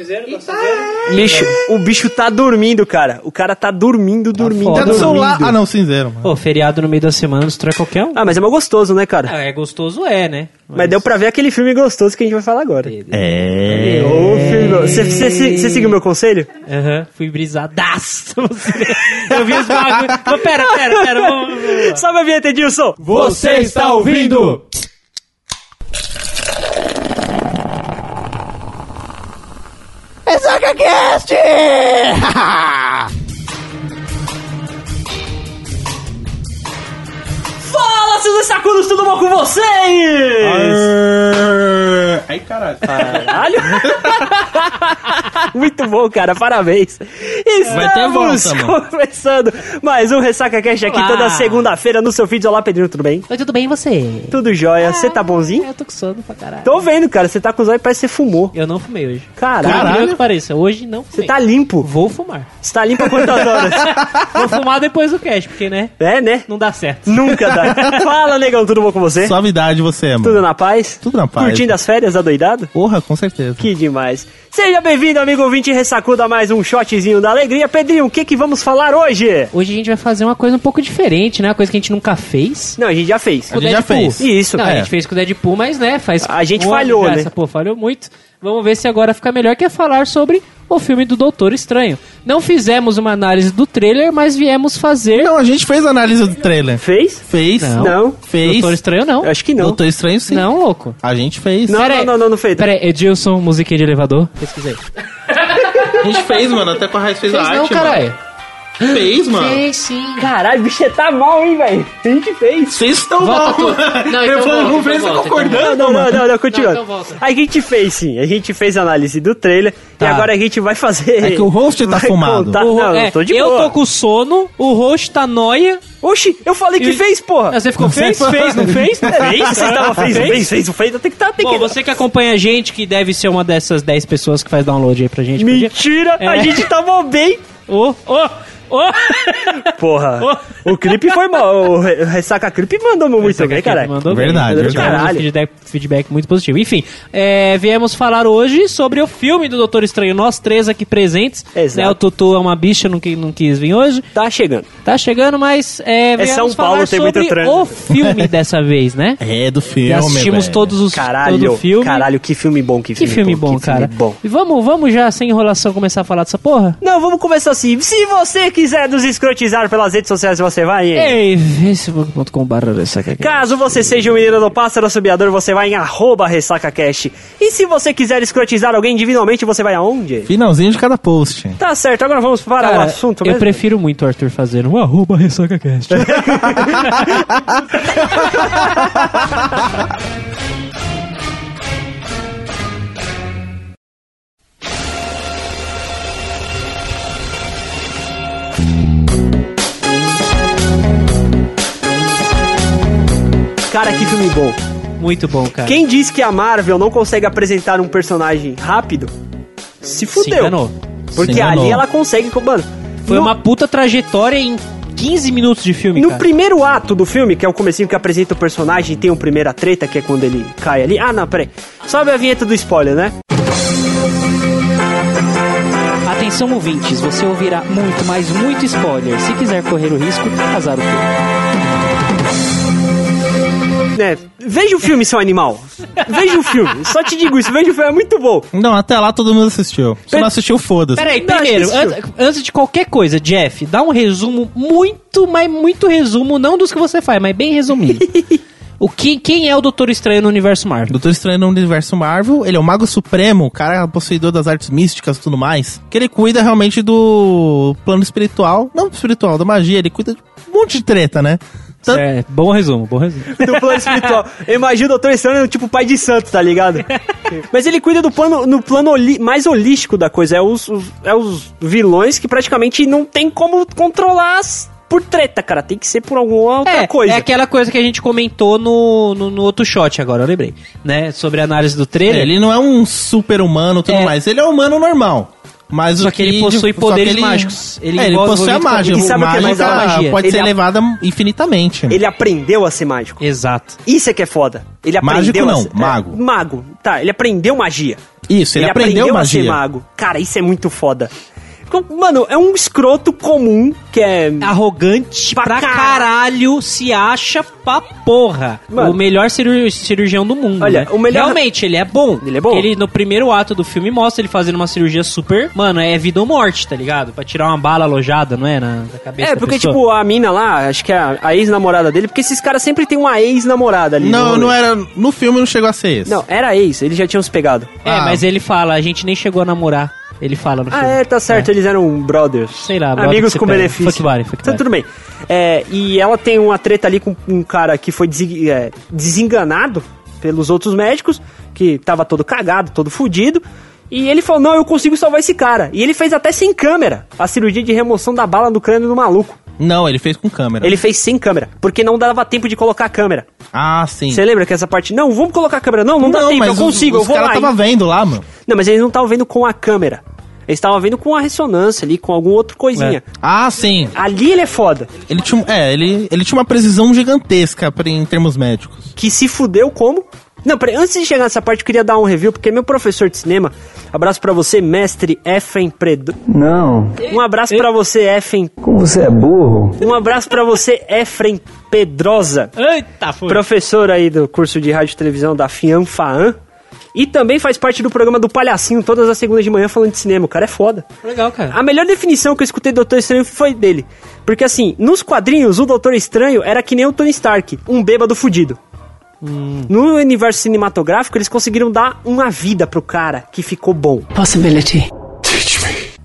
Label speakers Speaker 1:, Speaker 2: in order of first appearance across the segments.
Speaker 1: Fizeram,
Speaker 2: é.
Speaker 1: fizeram.
Speaker 3: Bicho, o bicho tá dormindo, cara. O cara tá dormindo, dormindo,
Speaker 2: foda.
Speaker 4: Até do
Speaker 3: dormindo.
Speaker 4: celular. Ah, não, cinzeiro, mano.
Speaker 2: Pô, feriado no meio da semana destrói qualquer um.
Speaker 3: Ah, mas é mal gostoso, né, cara?
Speaker 2: Ah, é gostoso, é, né?
Speaker 3: Mas deu pra ver aquele filme gostoso que a gente vai falar agora.
Speaker 4: É.
Speaker 3: Ô, filme go- Você você- você- você seguiu meu conselho?
Speaker 2: Aham, fui brisadaço. Eu vi os bagulho. Mas Pera, pera, pera. vamos- vamos lá.
Speaker 3: Sobe a vinheta, Edilson!
Speaker 5: Você está ouvindo?
Speaker 3: Fala, seus sacudos, tudo bom com
Speaker 4: Ah.
Speaker 3: vocês?
Speaker 4: Ai, caralho.
Speaker 3: Caralho! Muito bom, cara, parabéns.
Speaker 4: Vai ter
Speaker 3: Estamos
Speaker 4: volta, mano.
Speaker 3: começando mais um Ressaca Cash aqui
Speaker 2: Olá.
Speaker 3: toda segunda-feira no seu feed. Olá, Pedrinho, tudo bem?
Speaker 2: Oi, tudo bem e você?
Speaker 3: Tudo jóia? Você tá bonzinho?
Speaker 2: É, eu tô com sono pra caralho.
Speaker 3: Tô vendo, cara, você tá com os olhos, parece que você fumou.
Speaker 2: Eu não fumei hoje.
Speaker 3: Caralho.
Speaker 2: Por incrível que pareça, hoje não
Speaker 3: Você
Speaker 2: fumei.
Speaker 3: tá limpo.
Speaker 2: Vou fumar.
Speaker 3: Você tá limpo há quantas horas?
Speaker 2: Vou fumar depois do cast, porque, né?
Speaker 3: é, né?
Speaker 2: Não dá certo.
Speaker 3: Nunca dá. Fala, negão, tudo bom com você?
Speaker 4: Suavidade você é, mano.
Speaker 3: Tudo na paz?
Speaker 4: Tudo na paz.
Speaker 3: Curtindo as férias, adoidado?
Speaker 4: Porra, com certeza.
Speaker 3: Que demais. Seja bem-vindo, amigo ouvinte Ressacuda, a mais um shotzinho da alegria. Pedrinho, o que que vamos falar hoje?
Speaker 2: Hoje a gente vai fazer uma coisa um pouco diferente, né? Uma coisa que a gente nunca fez.
Speaker 3: Não, a gente já fez.
Speaker 4: A gente já
Speaker 2: Deadpool.
Speaker 4: fez.
Speaker 3: Isso,
Speaker 2: Não,
Speaker 3: é.
Speaker 2: a gente fez com o Deadpool, mas né, faz.
Speaker 3: A gente
Speaker 2: uma
Speaker 3: falhou, né?
Speaker 2: Pô, falhou muito. Vamos ver se agora fica melhor que é falar sobre o filme do Doutor Estranho. Não fizemos uma análise do trailer, mas viemos fazer.
Speaker 4: Não, a gente fez a análise do trailer.
Speaker 3: Fez?
Speaker 4: Fez.
Speaker 2: Não.
Speaker 3: Não.
Speaker 4: Fez.
Speaker 2: Doutor Estranho não.
Speaker 3: Eu Acho que não.
Speaker 4: Doutor Estranho, sim.
Speaker 2: Não, louco.
Speaker 4: A gente fez.
Speaker 3: Não,
Speaker 2: Pera
Speaker 3: não,
Speaker 2: aí.
Speaker 3: não, não, não fez.
Speaker 2: Pera aí, Edilson, musiquinha de elevador. Pesquisei.
Speaker 4: A gente fez, mano. Ah. Até com a Raiz fez,
Speaker 2: Fez não, caralho.
Speaker 4: Mano. Fez, mano.
Speaker 2: Fez sim.
Speaker 3: Caralho, o bicho você tá mal, hein, velho? A gente fez.
Speaker 4: Vocês estão
Speaker 2: Volta
Speaker 4: mal,
Speaker 2: tu.
Speaker 4: mano.
Speaker 2: Não,
Speaker 4: Eu
Speaker 2: então volta,
Speaker 4: falando com vocês,
Speaker 2: então
Speaker 4: eu tô
Speaker 2: volta, então
Speaker 4: concordando,
Speaker 3: Não, não,
Speaker 4: mano.
Speaker 3: não, não, continua.
Speaker 2: Não, então volta.
Speaker 3: a gente fez sim, a gente fez a análise do trailer e
Speaker 2: Tá.
Speaker 3: agora a gente vai fazer.
Speaker 4: É que o host tá
Speaker 3: vai
Speaker 4: fumado.
Speaker 3: contar-
Speaker 2: O-
Speaker 3: Não,
Speaker 2: é,
Speaker 3: eu tô de
Speaker 2: eu
Speaker 3: boa.
Speaker 2: tô com sono, o rosto tá noia.
Speaker 3: Oxi, eu falei que
Speaker 2: E-
Speaker 3: fez, porra!
Speaker 2: Ah, Você ficou fez,
Speaker 4: sei.
Speaker 2: fez, não fez?
Speaker 3: Fez? Ah, Você tava fez, não fez, fez, não fez, tem que tá, tem
Speaker 2: Bom,
Speaker 3: que.
Speaker 2: você que acompanha a gente, que deve ser uma dessas 10 pessoas que faz download aí pra gente. por dia.
Speaker 3: Mentira, a
Speaker 2: É.
Speaker 3: gente tava bem.
Speaker 2: Ô, ô, ô!
Speaker 3: Porra, o clipe foi mal. O Re- Ressaca Clipe mandou muito bem, cara.
Speaker 2: Mandou
Speaker 4: Verdade,
Speaker 2: bem.
Speaker 4: verdade.
Speaker 2: Tivemos um Feedback, feedback muito positivo. Enfim, é, viemos falar hoje sobre o filme do Doutor Estranho. Nós três aqui presentes.
Speaker 3: Exato.
Speaker 2: Né, o Tutu é uma bicha, não, qui- não quis vir hoje.
Speaker 3: Tá chegando.
Speaker 2: Tá chegando, mas é, viemos
Speaker 3: São
Speaker 2: falar
Speaker 3: Paulo, tem muito
Speaker 2: sobre
Speaker 3: trânsito.
Speaker 2: o filme dessa vez, né?
Speaker 4: É do
Speaker 2: E
Speaker 4: filme,
Speaker 2: assistimos
Speaker 4: velho.
Speaker 2: todos os todo
Speaker 3: Caralho,
Speaker 2: o filme.
Speaker 3: caralho, que filme bom, que
Speaker 2: que
Speaker 3: filme,
Speaker 2: filme bom,
Speaker 3: que
Speaker 2: cara.
Speaker 3: Filme bom.
Speaker 2: E vamos, vamos já, sem enrolação, começar a falar dessa porra?
Speaker 3: Não, vamos começar assim. Se você quiser nos escrotizar pelas redes sociais, você vai em...
Speaker 2: Ei, facebook.com.br ressaca aqui.
Speaker 3: Caso você seja um menino do pássaro assobiador, você vai em arroba ressacacast. E se você quiser escrotizar alguém individualmente, você vai aonde?
Speaker 4: Finalzinho de cada post.
Speaker 3: Tá certo, agora vamos para o assunto
Speaker 2: eu
Speaker 3: mesmo.
Speaker 2: prefiro muito o Arthur fazer um arroba ressacacast.
Speaker 3: Cara, que filme bom.
Speaker 2: muito bom, cara.
Speaker 3: Quem diz que a Marvel não consegue apresentar um personagem rápido, se
Speaker 2: Se
Speaker 3: fudeu.
Speaker 2: enganou.
Speaker 3: porque
Speaker 4: Se enganou.
Speaker 3: ali ela consegue... Mano,
Speaker 2: Foi
Speaker 3: no,
Speaker 2: uma puta trajetória em 15 minutos de filme,
Speaker 3: no
Speaker 2: cara.
Speaker 3: primeiro ato do filme, que é o comecinho que apresenta o personagem e tem uma primeira treta, que é quando ele cai ali... Ah, não, peraí. Sobe a vinheta do spoiler, né?
Speaker 6: Atenção ouvintes, você ouvirá muito, mas muito spoiler. Se quiser correr o risco, azar o teu.
Speaker 3: né? Veja o filme, seu animal. Veja o filme. Só te digo isso. Veja o filme, é muito bom.
Speaker 4: Não, até lá todo mundo assistiu. Se não assistiu, foda-se.
Speaker 2: Peraí,
Speaker 3: Não,
Speaker 2: primeiro,
Speaker 3: acho que esse
Speaker 2: an- antes de qualquer coisa, Jeff, dá um resumo muito, mas muito resumo, não dos que você faz, mas bem resumido. o que, quem é o Doutor Estranho no universo Marvel?
Speaker 4: Doutor Estranho no universo Marvel, ele é o Mago Supremo, o cara possuidor das artes místicas e tudo mais. Que ele cuida realmente do plano espiritual, não espiritual, da magia, ele cuida de um monte de treta, né? Tanto-
Speaker 2: É, bom resumo, bom resumo.
Speaker 3: Do plano espiritual. Eu imagino o Doutor Estranho tipo pai de santo, tá ligado? Mas ele cuida do plano, no plano holi- mais holístico da coisa. É os, os- é os vilões que praticamente não tem como controlar as- por treta, cara. Tem que ser por alguma outra
Speaker 2: É,
Speaker 3: coisa.
Speaker 2: é aquela coisa que a gente comentou no, no, no outro shot agora, eu lembrei. Né? Sobre a análise do trailer.
Speaker 4: Ele não é um super humano e é tudo
Speaker 2: É.
Speaker 4: mais, ele é um humano normal. Mas
Speaker 2: Só
Speaker 4: o
Speaker 2: que ele possui
Speaker 4: só
Speaker 2: poderes mágicos. Ele
Speaker 4: Ele, é, ele
Speaker 2: envolve
Speaker 4: possui a
Speaker 2: muito-
Speaker 4: mágica.
Speaker 3: e sabe o que é mais
Speaker 4: mágica
Speaker 3: da magia?
Speaker 4: pode
Speaker 3: Ele
Speaker 4: ser
Speaker 3: é-
Speaker 4: elevada infinitamente.
Speaker 3: Ele aprendeu a ser mágico.
Speaker 2: Exato.
Speaker 3: Isso é que é foda. Ele
Speaker 4: Mágico
Speaker 3: aprendeu a
Speaker 4: não,
Speaker 3: ser, é,
Speaker 4: mago.
Speaker 3: mago. Tá, ele aprendeu magia.
Speaker 4: Isso, ele, aprendeu,
Speaker 3: a ser
Speaker 4: magia.
Speaker 3: mago. Cara, isso é muito foda. Mano, é um escroto comum que é.
Speaker 2: Arrogante pra,
Speaker 3: Pra
Speaker 2: caralho, se acha pra porra.
Speaker 3: Mano.
Speaker 2: O melhor ciru- cirurgião do mundo.
Speaker 3: Olha,
Speaker 2: né?
Speaker 3: o melhor-
Speaker 2: Realmente, ele é bom.
Speaker 3: Ele é bom.
Speaker 2: Ele, no primeiro ato do filme, mostra ele fazendo uma cirurgia super. Mano, é vida ou morte, tá ligado? Pra tirar uma bala alojada, não é? Na, na cabeça.
Speaker 3: É,
Speaker 2: da
Speaker 3: porque,
Speaker 2: pessoa.
Speaker 3: tipo, a mina lá, acho que é a, a ex-namorada dele, porque esses caras sempre tem uma ex-namorada ali.
Speaker 4: Não, é
Speaker 3: no-
Speaker 4: não era. No filme não chegou a ser esse.
Speaker 3: Não, era ex, eles já tinham se pegado.
Speaker 2: É,
Speaker 4: Ah.
Speaker 2: mas ele fala, a gente nem chegou a namorar. Ele fala no
Speaker 3: Ah,
Speaker 2: filme.
Speaker 3: é, tá certo, eles eram brothers.
Speaker 2: Sei lá, brother que
Speaker 3: Amigos
Speaker 2: se
Speaker 3: com
Speaker 2: pega.
Speaker 3: benefício.
Speaker 2: Fuck buddy, fuck
Speaker 3: Então,
Speaker 2: buddy.
Speaker 3: tudo bem. É, e ela tem uma treta ali com um cara que foi desi- é, desenganado pelos outros médicos, que tava todo cagado, todo fudido. E ele falou, não, eu consigo salvar esse cara. E ele fez até sem câmera a cirurgia de remoção da bala no crânio do maluco.
Speaker 4: Não, ele fez com câmera.
Speaker 3: Ele fez sem câmera, porque não dava tempo de colocar a câmera.
Speaker 4: Ah, sim.
Speaker 3: Você lembra que essa parte, não, vamos colocar a câmera. Não, não, dá tempo, eu
Speaker 4: os-
Speaker 3: consigo,
Speaker 4: os,
Speaker 3: eu vou
Speaker 4: cara
Speaker 3: lá.
Speaker 4: tava vendo lá, mano.
Speaker 3: Não, mas eles não estavam vendo com a câmera. Eles estavam vendo com a ressonância ali, com algum outro coisinha.
Speaker 4: Ah, sim.
Speaker 3: Ali ele é foda.
Speaker 4: Ele tinha, é, ele, ele tinha uma precisão gigantesca pra- em termos médicos.
Speaker 3: Que se fudeu como? Não, peraí, antes de chegar nessa parte, eu queria dar um review, porque meu professor de cinema, abraço pra você, mestre Efen Predo.
Speaker 1: Não,
Speaker 3: Um abraço pra você, Efen.
Speaker 1: como você é burro.
Speaker 3: Um abraço pra você, Efren Pedrosa.
Speaker 2: Eita, foi.
Speaker 3: Professor aí do curso de rádio e televisão da FIANFAAN. E também faz parte do programa do Palhacinho, todas as segundas de manhã falando de cinema. O cara é foda.
Speaker 2: Legal, cara.
Speaker 3: A melhor definição que eu escutei do Doutor Estranho foi dele. Porque assim, nos quadrinhos, o Doutor Estranho era que nem o Tony Stark, um bêbado fudido.
Speaker 2: Hum.
Speaker 3: No universo cinematográfico, eles conseguiram dar uma vida pro cara que ficou bom.
Speaker 7: Possibility.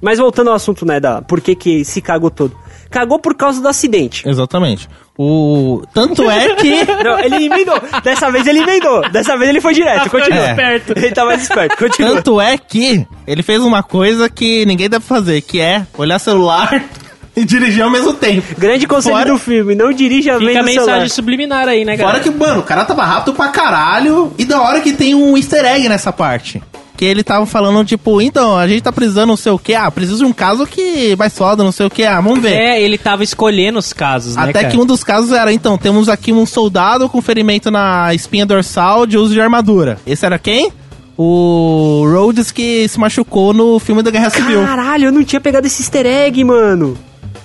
Speaker 3: Mas voltando ao assunto, né, da por que, que se cagou todo. Cagou por causa do acidente.
Speaker 4: Exatamente. O tanto é que
Speaker 3: Não, ele emendou. Dessa vez ele emendou. Dessa vez ele foi direto. Continua.
Speaker 2: Tá esperto.
Speaker 3: Ele tá mais esperto. Continua.
Speaker 4: tanto é que ele fez uma coisa que ninguém deve fazer, que é olhar celular e dirigir ao mesmo tempo.
Speaker 3: Grande conselho
Speaker 4: Fora-
Speaker 3: do filme, não dirija
Speaker 2: Fica a
Speaker 3: vendo o
Speaker 2: mensagem
Speaker 3: celular.
Speaker 2: subliminar aí, né,
Speaker 4: Fora
Speaker 2: galera?
Speaker 4: que, mano, o cara tava rápido pra caralho. E da hora que tem um easter egg nessa parte. Que ele tava falando, tipo, então, a gente tá precisando não sei o que. Ah, preciso de um caso que mais foda, não sei o que. Ah, vamos ver.
Speaker 2: É, ele tava escolhendo os casos, né,
Speaker 4: Até
Speaker 2: cara?
Speaker 4: que um dos casos era, então, temos aqui um soldado com ferimento na espinha dorsal de uso de armadura. Esse era quem? O Rhodes que se machucou no filme da Guerra Civil.
Speaker 3: Caralho, eu não tinha pegado esse easter egg, mano.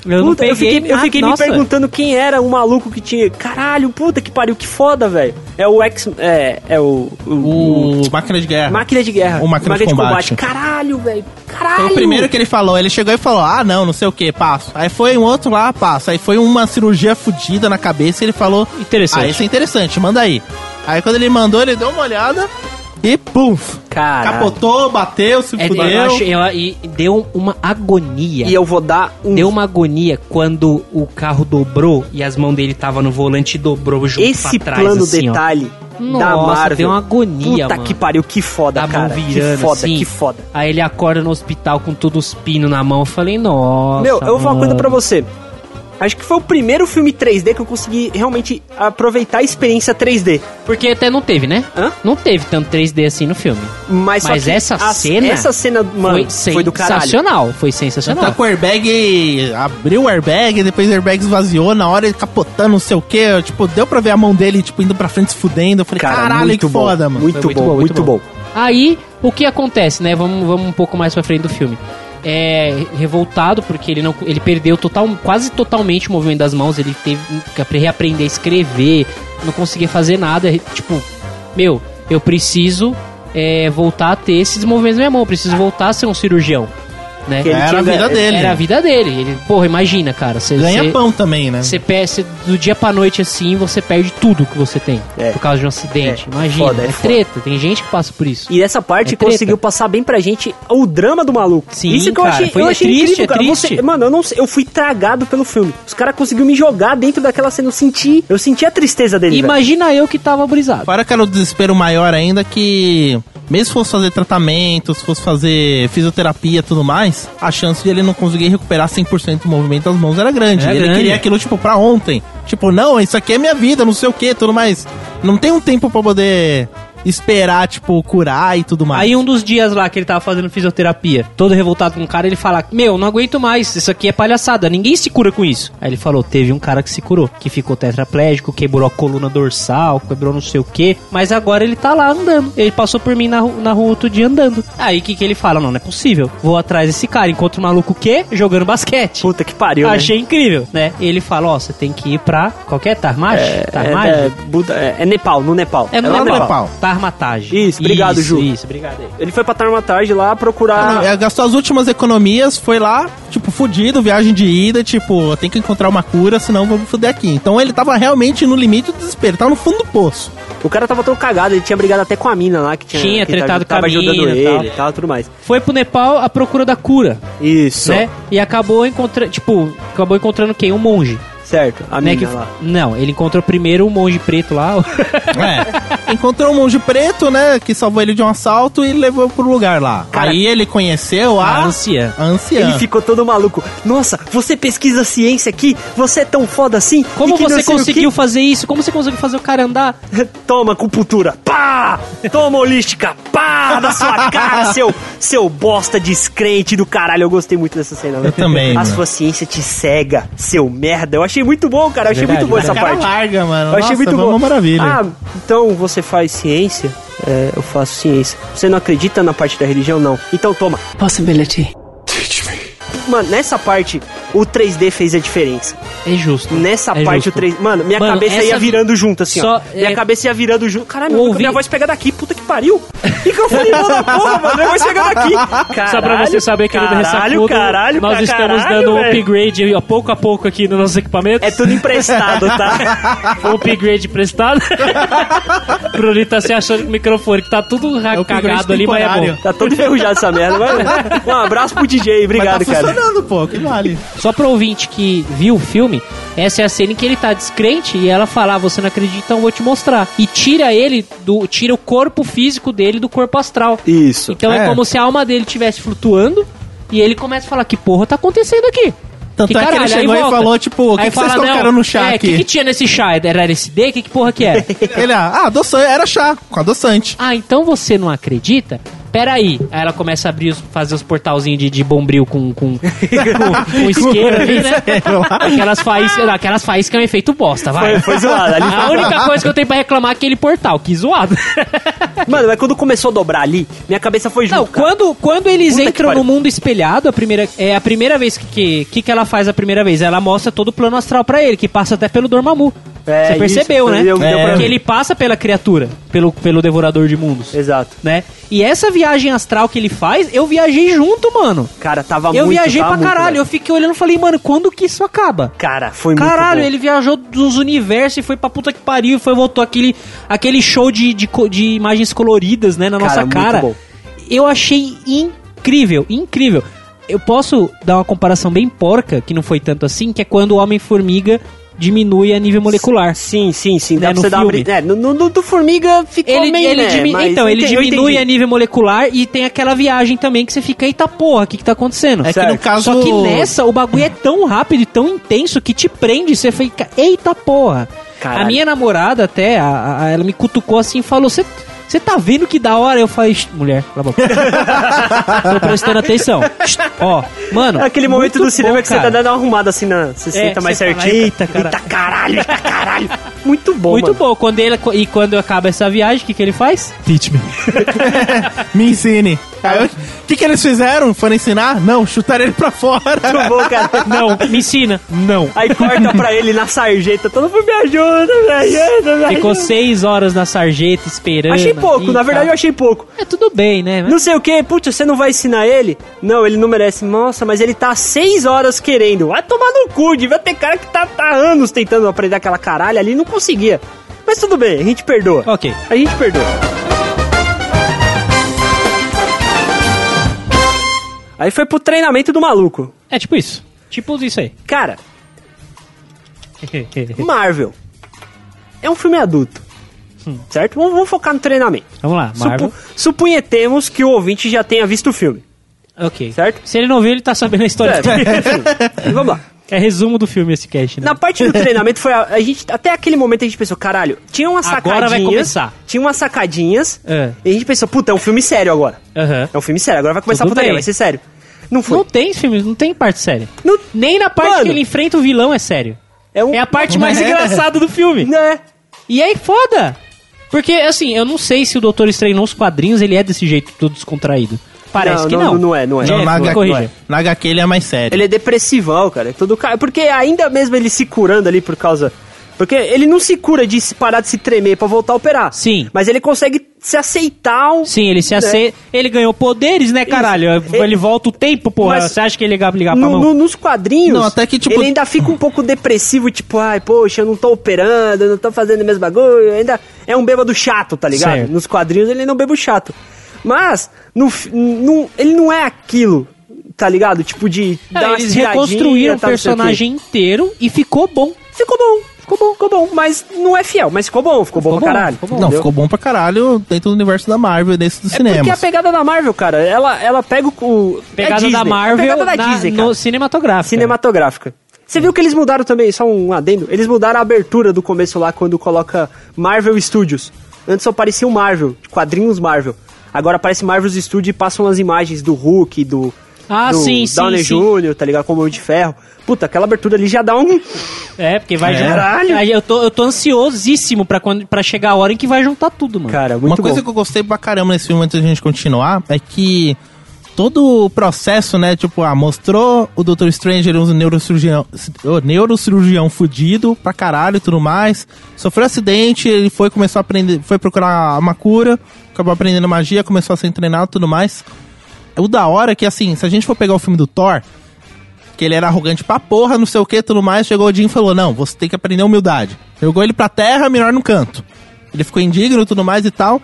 Speaker 2: Eu não
Speaker 3: Puta, eu
Speaker 2: peguei
Speaker 3: fiquei, ah, eu
Speaker 2: nada.
Speaker 3: fiquei me
Speaker 2: Nossa.
Speaker 3: perguntando quem era o maluco que tinha. Caralho, puta que pariu, que foda, velho. É o ex. É, é o. o-
Speaker 4: O Máquina de Guerra.
Speaker 3: Máquina de guerra.
Speaker 4: O Máquina de Combate.
Speaker 3: Caralho, velho. Caralho.
Speaker 4: Foi o primeiro que ele falou. Ele chegou e falou: Ah, não, não sei o que, passo. Aí foi um outro lá, passo. Aí foi uma cirurgia fodida na cabeça e ele falou:
Speaker 2: Interessante.
Speaker 4: Ah, isso é interessante, manda aí. Aí quando ele mandou, ele deu uma olhada e pum!
Speaker 3: Caralho.
Speaker 4: Capotou, bateu, se
Speaker 2: É,
Speaker 4: fudeu.
Speaker 2: eu acho- eu- e deu uma agonia.
Speaker 3: E eu vou dar um.
Speaker 2: Deu uma agonia quando o carro dobrou e as mãos dele tava no volante e dobrou junto
Speaker 3: Esse
Speaker 2: pra trás,
Speaker 3: plano
Speaker 2: assim, ó.
Speaker 3: detalhe da
Speaker 2: Nossa,
Speaker 3: Marvel.
Speaker 2: deu uma agonia,
Speaker 3: Puta
Speaker 2: mano.
Speaker 3: que pariu, que foda,
Speaker 2: Da mão
Speaker 3: cara.
Speaker 2: virando,
Speaker 3: que foda,
Speaker 2: assim.
Speaker 3: que é foda.
Speaker 2: Aí ele acorda no hospital com todos os pinos na mão. Eu falei, nossa.
Speaker 3: Meu, eu vou falar uma coisa
Speaker 2: mano.
Speaker 3: pra você. Acho que foi o primeiro filme 3D que eu consegui realmente aproveitar a experiência 3D.
Speaker 2: Porque até não teve, né?
Speaker 3: Hã?
Speaker 2: Não teve tanto 3D assim no filme.
Speaker 3: Mas, só
Speaker 2: Mas
Speaker 3: que
Speaker 2: essa
Speaker 3: a-
Speaker 2: cena
Speaker 3: Essa cena, mano, foi, do caralho.
Speaker 2: sensacional. Foi
Speaker 4: Tá
Speaker 2: sensacional.
Speaker 4: com o airbag, abriu o airbag, depois o airbag esvaziou, na hora ele capotando, não sei o que. Tipo, deu pra ver a mão dele, tipo, indo pra frente se fudendo. Eu falei,
Speaker 3: Cara,
Speaker 4: caralho,
Speaker 3: muito
Speaker 4: que
Speaker 3: bom,
Speaker 4: foda, mano.
Speaker 3: Muito,
Speaker 2: Foi muito
Speaker 3: bom,
Speaker 2: bom, muito
Speaker 3: muito bom.
Speaker 2: Aí, o que acontece, né? Vamos, vamos um pouco mais pra frente do filme. É revoltado porque ele não ele perdeu total, quase totalmente o movimento das mãos. Ele teve que reaprender a escrever, não conseguia fazer nada. re- Tipo, meu, eu preciso é, voltar a ter esses movimentos na minha mão. Eu preciso voltar a ser um cirurgião, né?
Speaker 3: Que é ele
Speaker 4: Era a
Speaker 3: tinha-
Speaker 4: vida dele.
Speaker 2: Era a vida dele. Ele, porra, imagina, cara. Você,
Speaker 4: Ganha
Speaker 2: você-
Speaker 4: pão também, né?
Speaker 2: Você perde você- do dia pra noite assim, você perde tudo que você tem
Speaker 3: É.
Speaker 2: por causa de um acidente.
Speaker 3: É.
Speaker 2: Imagina,
Speaker 3: Foda,
Speaker 2: é,
Speaker 3: é foda.
Speaker 2: treta, tem gente que passa por isso.
Speaker 3: E essa parte
Speaker 2: É treta.
Speaker 3: conseguiu passar bem pra gente o drama do maluco.
Speaker 2: Sim,
Speaker 3: Isso que
Speaker 2: cara,
Speaker 3: eu achei,
Speaker 2: foi-
Speaker 3: eu
Speaker 2: é
Speaker 3: achei
Speaker 2: triste,
Speaker 3: incrível,
Speaker 2: é
Speaker 3: cara.
Speaker 2: triste.
Speaker 3: Você- mano, eu não sei, eu fui tragado pelo filme. Os caras conseguiram me jogar dentro daquela cena, eu senti, eu senti a tristeza dele, velho.
Speaker 2: Imagina eu que tava brisado.
Speaker 4: Fora que era o desespero maior ainda que, mesmo se fosse fazer tratamento, se fosse fazer fisioterapia e tudo mais, a chance de ele não conseguir recuperar 100% do movimento das mãos era grande.
Speaker 2: Era
Speaker 4: ele
Speaker 2: grande.
Speaker 4: queria aquilo, tipo, pra ontem. Tipo, não, isso aqui é minha vida, não sei o que, tudo mais. Não tem um tempo pra poder esperar, tipo, curar e tudo mais.
Speaker 2: Aí um dos dias lá que ele tava fazendo fisioterapia, todo revoltado com o cara, ele fala: Meu, não aguento mais, isso aqui é palhaçada, ninguém se cura com isso. Aí ele falou: Teve um cara que se curou, que ficou tetraplégico, quebrou a coluna dorsal, quebrou não sei o que, mas agora ele tá lá andando. Ele passou por mim na, ru- na rua outro dia andando. Aí o que, que ele fala? Não, não é possível. Vou atrás desse cara, encontro o maluco o quê? Jogando basquete.
Speaker 3: Puta que pariu, né?
Speaker 2: Achei incrível, né? Ele fala: Ó, você tem que ir pra. qualquer Tarmash? Tarmash?
Speaker 3: É, é, Buda- é- é Nepal, no Nepal.
Speaker 2: Tá, É,
Speaker 3: lá
Speaker 2: no
Speaker 4: no
Speaker 2: Nepal.
Speaker 4: Nepal.
Speaker 2: Tarmatage.
Speaker 3: Isso, obrigado,
Speaker 2: isso,
Speaker 3: Ju.
Speaker 2: Isso, obrigado aí.
Speaker 3: Ele foi pra Tarmatage lá procurar...
Speaker 4: Ela gastou as últimas economias, foi lá, tipo, fudido, viagem de ida, tipo, tem que encontrar uma cura, senão vamos fuder aqui. Então ele tava realmente no limite do desespero, tava no fundo do poço.
Speaker 3: O cara tava todo cagado, ele tinha brigado até com a mina lá que tinha...
Speaker 2: Tinha,
Speaker 3: que tava-
Speaker 2: tretado com a
Speaker 3: tava ajudando
Speaker 2: mina e
Speaker 3: ele
Speaker 2: tal.
Speaker 3: e tal, tudo mais.
Speaker 2: Foi pro Nepal à procura da cura,
Speaker 3: Isso,
Speaker 2: né? E acabou encontrando, tipo, acabou encontrando quem? Um monge.
Speaker 3: certo. A
Speaker 2: Né,
Speaker 3: mina
Speaker 2: que...
Speaker 3: lá.
Speaker 2: Não, ele encontrou primeiro um monge preto lá.
Speaker 4: É. Encontrou um monge preto, né, que salvou ele de um assalto e levou pro lugar lá.
Speaker 3: Cara,
Speaker 4: Aí ele conheceu
Speaker 2: A
Speaker 4: a,
Speaker 2: anciã.
Speaker 4: a anciã.
Speaker 3: Ele ficou todo maluco. Nossa, você pesquisa ciência aqui? Você é tão foda assim?
Speaker 2: Como
Speaker 3: E que não
Speaker 2: você
Speaker 3: sei o quê?"
Speaker 2: conseguiu fazer isso? Como você conseguiu fazer o cara andar?
Speaker 3: Toma, acupuntura, pá! Toma, holística, pá! Na sua cara, seu, seu bosta descrente do caralho. Eu gostei muito dessa cena. velho.
Speaker 4: também,
Speaker 3: A
Speaker 4: mano.
Speaker 3: sua ciência te cega, seu merda. Eu achei muito bom, cara. Eu achei
Speaker 2: Verdade,
Speaker 3: muito bom
Speaker 4: Essa
Speaker 3: essa
Speaker 4: cara
Speaker 3: parte.
Speaker 4: larga, mano.
Speaker 3: Eu achei
Speaker 4: Nossa,
Speaker 3: muito
Speaker 4: foi
Speaker 3: bom.
Speaker 4: uma maravilha.
Speaker 3: Ah, então você faz ciência? É, eu faço ciência. Você não acredita na parte da religião, não? Então toma.
Speaker 7: Possibility.
Speaker 3: Mano, nessa parte, o 3D fez a diferença.
Speaker 2: É justo.
Speaker 3: Nessa
Speaker 2: É
Speaker 3: parte,
Speaker 2: justo.
Speaker 3: o 3D... Mano, minha
Speaker 2: Mano,
Speaker 3: cabeça ia
Speaker 2: essa-
Speaker 3: virando junto, assim,
Speaker 2: só-
Speaker 3: ó. Minha
Speaker 2: é-
Speaker 3: cabeça ia virando junto. Caralho,
Speaker 2: O
Speaker 3: meu-
Speaker 2: ouvi-
Speaker 3: minha voz pega daqui. Puta que pariu. Microfone bom da porra, mano. Minha voz pega daqui. Caralho,
Speaker 2: Só pra você saber, querido
Speaker 3: Caralho,
Speaker 2: Ressacudo,
Speaker 3: caralho,
Speaker 2: nós
Speaker 3: pra
Speaker 2: estamos
Speaker 3: caralho,
Speaker 2: dando um
Speaker 3: velho.
Speaker 2: upgrade a pouco a pouco aqui nos nossos equipamentos.
Speaker 3: É tudo emprestado, tá?
Speaker 2: Um upgrade prestado. Bruno tá se achando com o microfone, que tá tudo ra-
Speaker 4: É o upgrade
Speaker 2: cagado ali, mas é
Speaker 4: temporário.
Speaker 2: bom.
Speaker 3: Tá todo enferrujado essa merda. Mas, um abraço pro DJ.
Speaker 4: Mas
Speaker 3: Obrigado,
Speaker 4: tá
Speaker 3: cara.
Speaker 4: funcionando, pô, que vale.
Speaker 2: Só pro ouvinte que viu o filme, essa é a cena em que ele tá descrente e ela fala: "Ah, Você não acredita, então eu vou te mostrar. E tira ele do. tira o corpo físico dele do corpo astral.
Speaker 3: Isso.
Speaker 2: Então é,
Speaker 4: É.
Speaker 2: como se a alma dele estivesse flutuando e ele começa a falar: Que porra tá acontecendo aqui?
Speaker 4: Tanto é que ele
Speaker 2: Aí
Speaker 4: chegou e
Speaker 2: volta.
Speaker 4: falou, tipo, "O que
Speaker 2: Aí
Speaker 4: que vocês
Speaker 2: fala,
Speaker 4: colocaram
Speaker 2: "Não,
Speaker 4: no chá
Speaker 2: é,
Speaker 4: aqui?"
Speaker 2: O que, que tinha nesse chá? Era LSD? Que, que porra que é?" era?
Speaker 4: Ele, ah, adoçante, era chá, com adoçante.
Speaker 2: Ah, então você não acredita? Peraí. Aí ela começa a abrir, os- fazer os portalzinhos de, de bombril com, com, com, com isqueiro ali, né?
Speaker 3: É,
Speaker 2: Aquelas faíscas, não, aquelas faíscas é um efeito bosta, vai.
Speaker 3: Foi, foi zoado. Ali
Speaker 2: A
Speaker 3: foi-
Speaker 2: única coisa que eu tenho pra reclamar é aquele portal, que zoado.
Speaker 3: Mano, mas quando começou a dobrar ali, minha cabeça foi junto.
Speaker 2: Não,
Speaker 3: cara.
Speaker 2: quando, quando eles
Speaker 3: Puta que
Speaker 2: entram no
Speaker 3: pariu.
Speaker 2: mundo espelhado, a primeira, é a primeira vez que- que, que que ela faz a primeira vez? Ela mostra todo o plano astral pra ele, que passa até pelo Dormammu.
Speaker 3: É,
Speaker 2: Você
Speaker 3: isso,
Speaker 2: percebeu, né?
Speaker 3: deu- deu
Speaker 4: pra
Speaker 2: Porque
Speaker 4: ver.
Speaker 2: ele passa pela criatura, pelo, pelo devorador de mundos.
Speaker 3: Exato.
Speaker 2: né? E essa viagem astral que ele faz, eu viajei junto, mano.
Speaker 3: Cara, tava Tá muito...
Speaker 2: eu viajei
Speaker 3: tava
Speaker 2: pra
Speaker 3: muito,
Speaker 2: caralho.
Speaker 3: velho.
Speaker 2: Eu fiquei olhando e falei, mano, quando que isso acaba?
Speaker 3: Cara, foi muito
Speaker 2: Caralho,
Speaker 3: bom.
Speaker 2: ele viajou dos universos e foi pra puta que pariu e foi voltou aquele, aquele show de, de, co- de imagens coloridas, né, na
Speaker 3: Cara,
Speaker 2: nossa
Speaker 3: muito
Speaker 2: cara.
Speaker 3: bom.
Speaker 2: Eu achei incrível, incrível. Eu posso dar uma comparação bem porca, que não foi tanto assim, que é quando o Homem-Formiga diminui a nível molecular.
Speaker 3: Sim, sim, sim.
Speaker 2: Né,
Speaker 3: é Dá
Speaker 2: no
Speaker 3: pra você dar uma
Speaker 2: filme.
Speaker 3: bri- É, no, no- no do Formiga ficou
Speaker 2: Ele,
Speaker 3: meio,
Speaker 2: ele
Speaker 3: né,
Speaker 2: diminui-
Speaker 3: mas
Speaker 2: então, ele
Speaker 3: ente- eu
Speaker 2: diminui a
Speaker 3: entendi.
Speaker 2: nível molecular e tem aquela viagem também que você fica, eita porra, o que, que tá acontecendo?
Speaker 4: É que
Speaker 3: Certo.
Speaker 4: no caso...
Speaker 2: Só que nessa, o bagulho é tão rápido e tão intenso que te prende. Você fica, eita porra.
Speaker 3: Caralho.
Speaker 2: A minha namorada até, a- a- ela me cutucou assim e falou, você... Você tá vendo que da hora? Eu falei, "Shh, mulher, cala a boca." Tô prestando atenção. Shh, Ó, mano.
Speaker 3: É aquele momento
Speaker 2: muito
Speaker 3: do cinema
Speaker 2: bom,
Speaker 3: que você tá
Speaker 2: cara. É,
Speaker 3: dando uma arrumada assim na. Você senta mais
Speaker 2: você fala,
Speaker 3: certinho.
Speaker 2: "Eita, cara."
Speaker 3: Eita caralho, eita caralho. Muito bom,
Speaker 2: Muito
Speaker 3: mano.
Speaker 2: bom. Quando ele, e quando acaba essa viagem, o que, que ele faz?
Speaker 4: Teach me. me ensine. Aí eu- O que, que eles fizeram? Foram ensinar? Não, chutaram ele pra fora.
Speaker 3: Muito bom, cara.
Speaker 2: Não, me ensina. Não.
Speaker 3: Aí corta pra ele na sarjeta, todo mundo me ajuda, me ajuda, me
Speaker 2: Ficou
Speaker 3: ajuda.
Speaker 2: seis horas na sarjeta esperando.
Speaker 3: Achei pouco,
Speaker 2: ali,
Speaker 3: na verdade eu
Speaker 2: tal.
Speaker 3: achei pouco.
Speaker 2: É tudo bem, né?
Speaker 3: Não sei o que, putz, você não vai ensinar ele? Não, ele não merece. Nossa, mas ele tá seis horas querendo. Vai tomar no cu, devia ter cara que tá tá há anos tentando aprender aquela caralho ali e não conseguia. Mas tudo bem, a gente perdoa.
Speaker 2: Ok.
Speaker 3: A gente perdoa. Aí foi pro treinamento do maluco.
Speaker 2: É tipo isso. Tipo isso aí.
Speaker 3: Cara, Marvel. É um filme adulto. Certo? Vamos, vamos focar no treinamento.
Speaker 2: Vamos lá, Hum. Marvel.
Speaker 3: Supu- supunhetemos que o ouvinte já tenha visto o filme.
Speaker 2: Ok.
Speaker 3: Certo?
Speaker 2: Se ele não viu, ele tá sabendo a história.
Speaker 3: É, vamos lá.
Speaker 2: É resumo do filme esse cast, né?
Speaker 3: Na parte do treinamento foi a, a gente até aquele momento a gente pensou, caralho, tinha umas
Speaker 2: Agora vai
Speaker 3: sacadinhas,
Speaker 2: começar.
Speaker 3: tinha umas sacadinhas,
Speaker 2: É.
Speaker 3: e a gente pensou, puta, é um filme sério agora.
Speaker 2: Aham.
Speaker 3: É um filme sério, agora vai começar
Speaker 2: Tudo
Speaker 3: a putaria,
Speaker 2: bem.
Speaker 3: vai ser sério. Não foi.
Speaker 2: Não tem filme, não tem parte séria.
Speaker 3: Não-
Speaker 2: Nem na parte
Speaker 3: Mano.
Speaker 2: que ele enfrenta o vilão é sério.
Speaker 3: um-
Speaker 2: É a parte mais
Speaker 4: É.
Speaker 2: engraçada do filme.
Speaker 3: Né?
Speaker 2: E aí, foda! Porque, assim, eu não sei se o Doutor Estranho nos quadrinhos ele é desse jeito, todo descontraído. Parece
Speaker 3: Não,
Speaker 2: que
Speaker 3: não,
Speaker 2: não.
Speaker 3: não é, não é.
Speaker 2: Jeff,
Speaker 4: Não, na,
Speaker 2: me
Speaker 4: H-
Speaker 2: corrija.
Speaker 4: na HQ ele é mais sério.
Speaker 3: Ele é depressivão, cara. é Todo cara, porque ainda mesmo ele se curando ali por causa porque ele não se cura de se parar de se tremer pra voltar a operar.
Speaker 2: Sim.
Speaker 3: Mas ele consegue se aceitar. o-
Speaker 2: Sim, ele se
Speaker 3: né?
Speaker 2: aceita. Ele ganhou poderes, né, caralho?
Speaker 3: Isso.
Speaker 2: Ele volta o tempo, porra.
Speaker 3: Mas-
Speaker 2: Você acha que ele ia ligar pra
Speaker 3: No-
Speaker 2: mão?
Speaker 3: no- nos quadrinhos,
Speaker 4: Não, até que, tipo-
Speaker 3: ele ainda fica um pouco depressivo, tipo, ai, poxa, eu não tô operando, eu não tô fazendo o mesmo bagulho, ainda é um bêbado chato, tá ligado?
Speaker 2: Certo.
Speaker 3: Nos quadrinhos ele não é um bêbado chato. Mas, no, fi- no- ele não é aquilo, tá ligado? Tipo, de
Speaker 2: Cara,
Speaker 3: dar uma
Speaker 2: É, eles
Speaker 3: tiradinha,
Speaker 2: reconstruíram o
Speaker 3: tal, tá, não sei quê.
Speaker 2: personagem inteiro e ficou bom.
Speaker 3: Ficou bom, ficou bom, ficou bom, mas não é fiel, mas ficou bom, ficou, é bom pra caralho.
Speaker 2: ficou bom.
Speaker 4: Não, ficou bom pra caralho dentro do universo da Marvel, dentro do
Speaker 3: É porque
Speaker 4: cinema. assim.
Speaker 3: a pegada da Marvel, cara, ela, ela pega o- o... é
Speaker 2: Pegada
Speaker 3: Disney,
Speaker 2: da Marvel
Speaker 3: Pegada da
Speaker 2: na-
Speaker 3: Disney, cara.
Speaker 2: no cinematográfico.
Speaker 3: cinematográfica. Você viu que eles mudaram também, só um adendo, eles mudaram a abertura do começo lá quando coloca Marvel Studios. Antes só parecia um Marvel, quadrinhos Marvel. Agora aparece Marvel Studios e passam as imagens do Hulk, do,
Speaker 2: Ah,
Speaker 3: do
Speaker 2: sim, sim,
Speaker 3: Downey
Speaker 2: sim.
Speaker 3: Jr., tá ligado? Com o Homem de Ferro. Puta, aquela abertura ali já dá um...
Speaker 2: É, porque vai
Speaker 4: É.
Speaker 2: juntar.
Speaker 3: Caralho!
Speaker 2: Aí eu tô, eu tô ansiosíssimo pra, quando, pra chegar a hora em que vai juntar tudo, mano.
Speaker 3: Cara, muito
Speaker 4: Uma coisa
Speaker 3: bom.
Speaker 4: que eu gostei pra caramba nesse filme antes da gente continuar é que todo o processo, né? Tipo, ah, mostrou o Dr. Stranger, um neurocirurgião, o neurocirurgião fudido pra caralho e tudo mais. Sofreu acidente, ele foi, começou a aprender, foi procurar uma cura, acabou aprendendo magia, começou a ser treinado e tudo mais. O da hora é que, assim, se a gente for pegar o filme do Thor, que ele era arrogante pra porra, não sei o que, tudo mais. Chegou o Jim e falou: Não, você tem que aprender humildade. Jogou ele pra terra, melhor no canto. Ele ficou indigno, tudo mais e tal.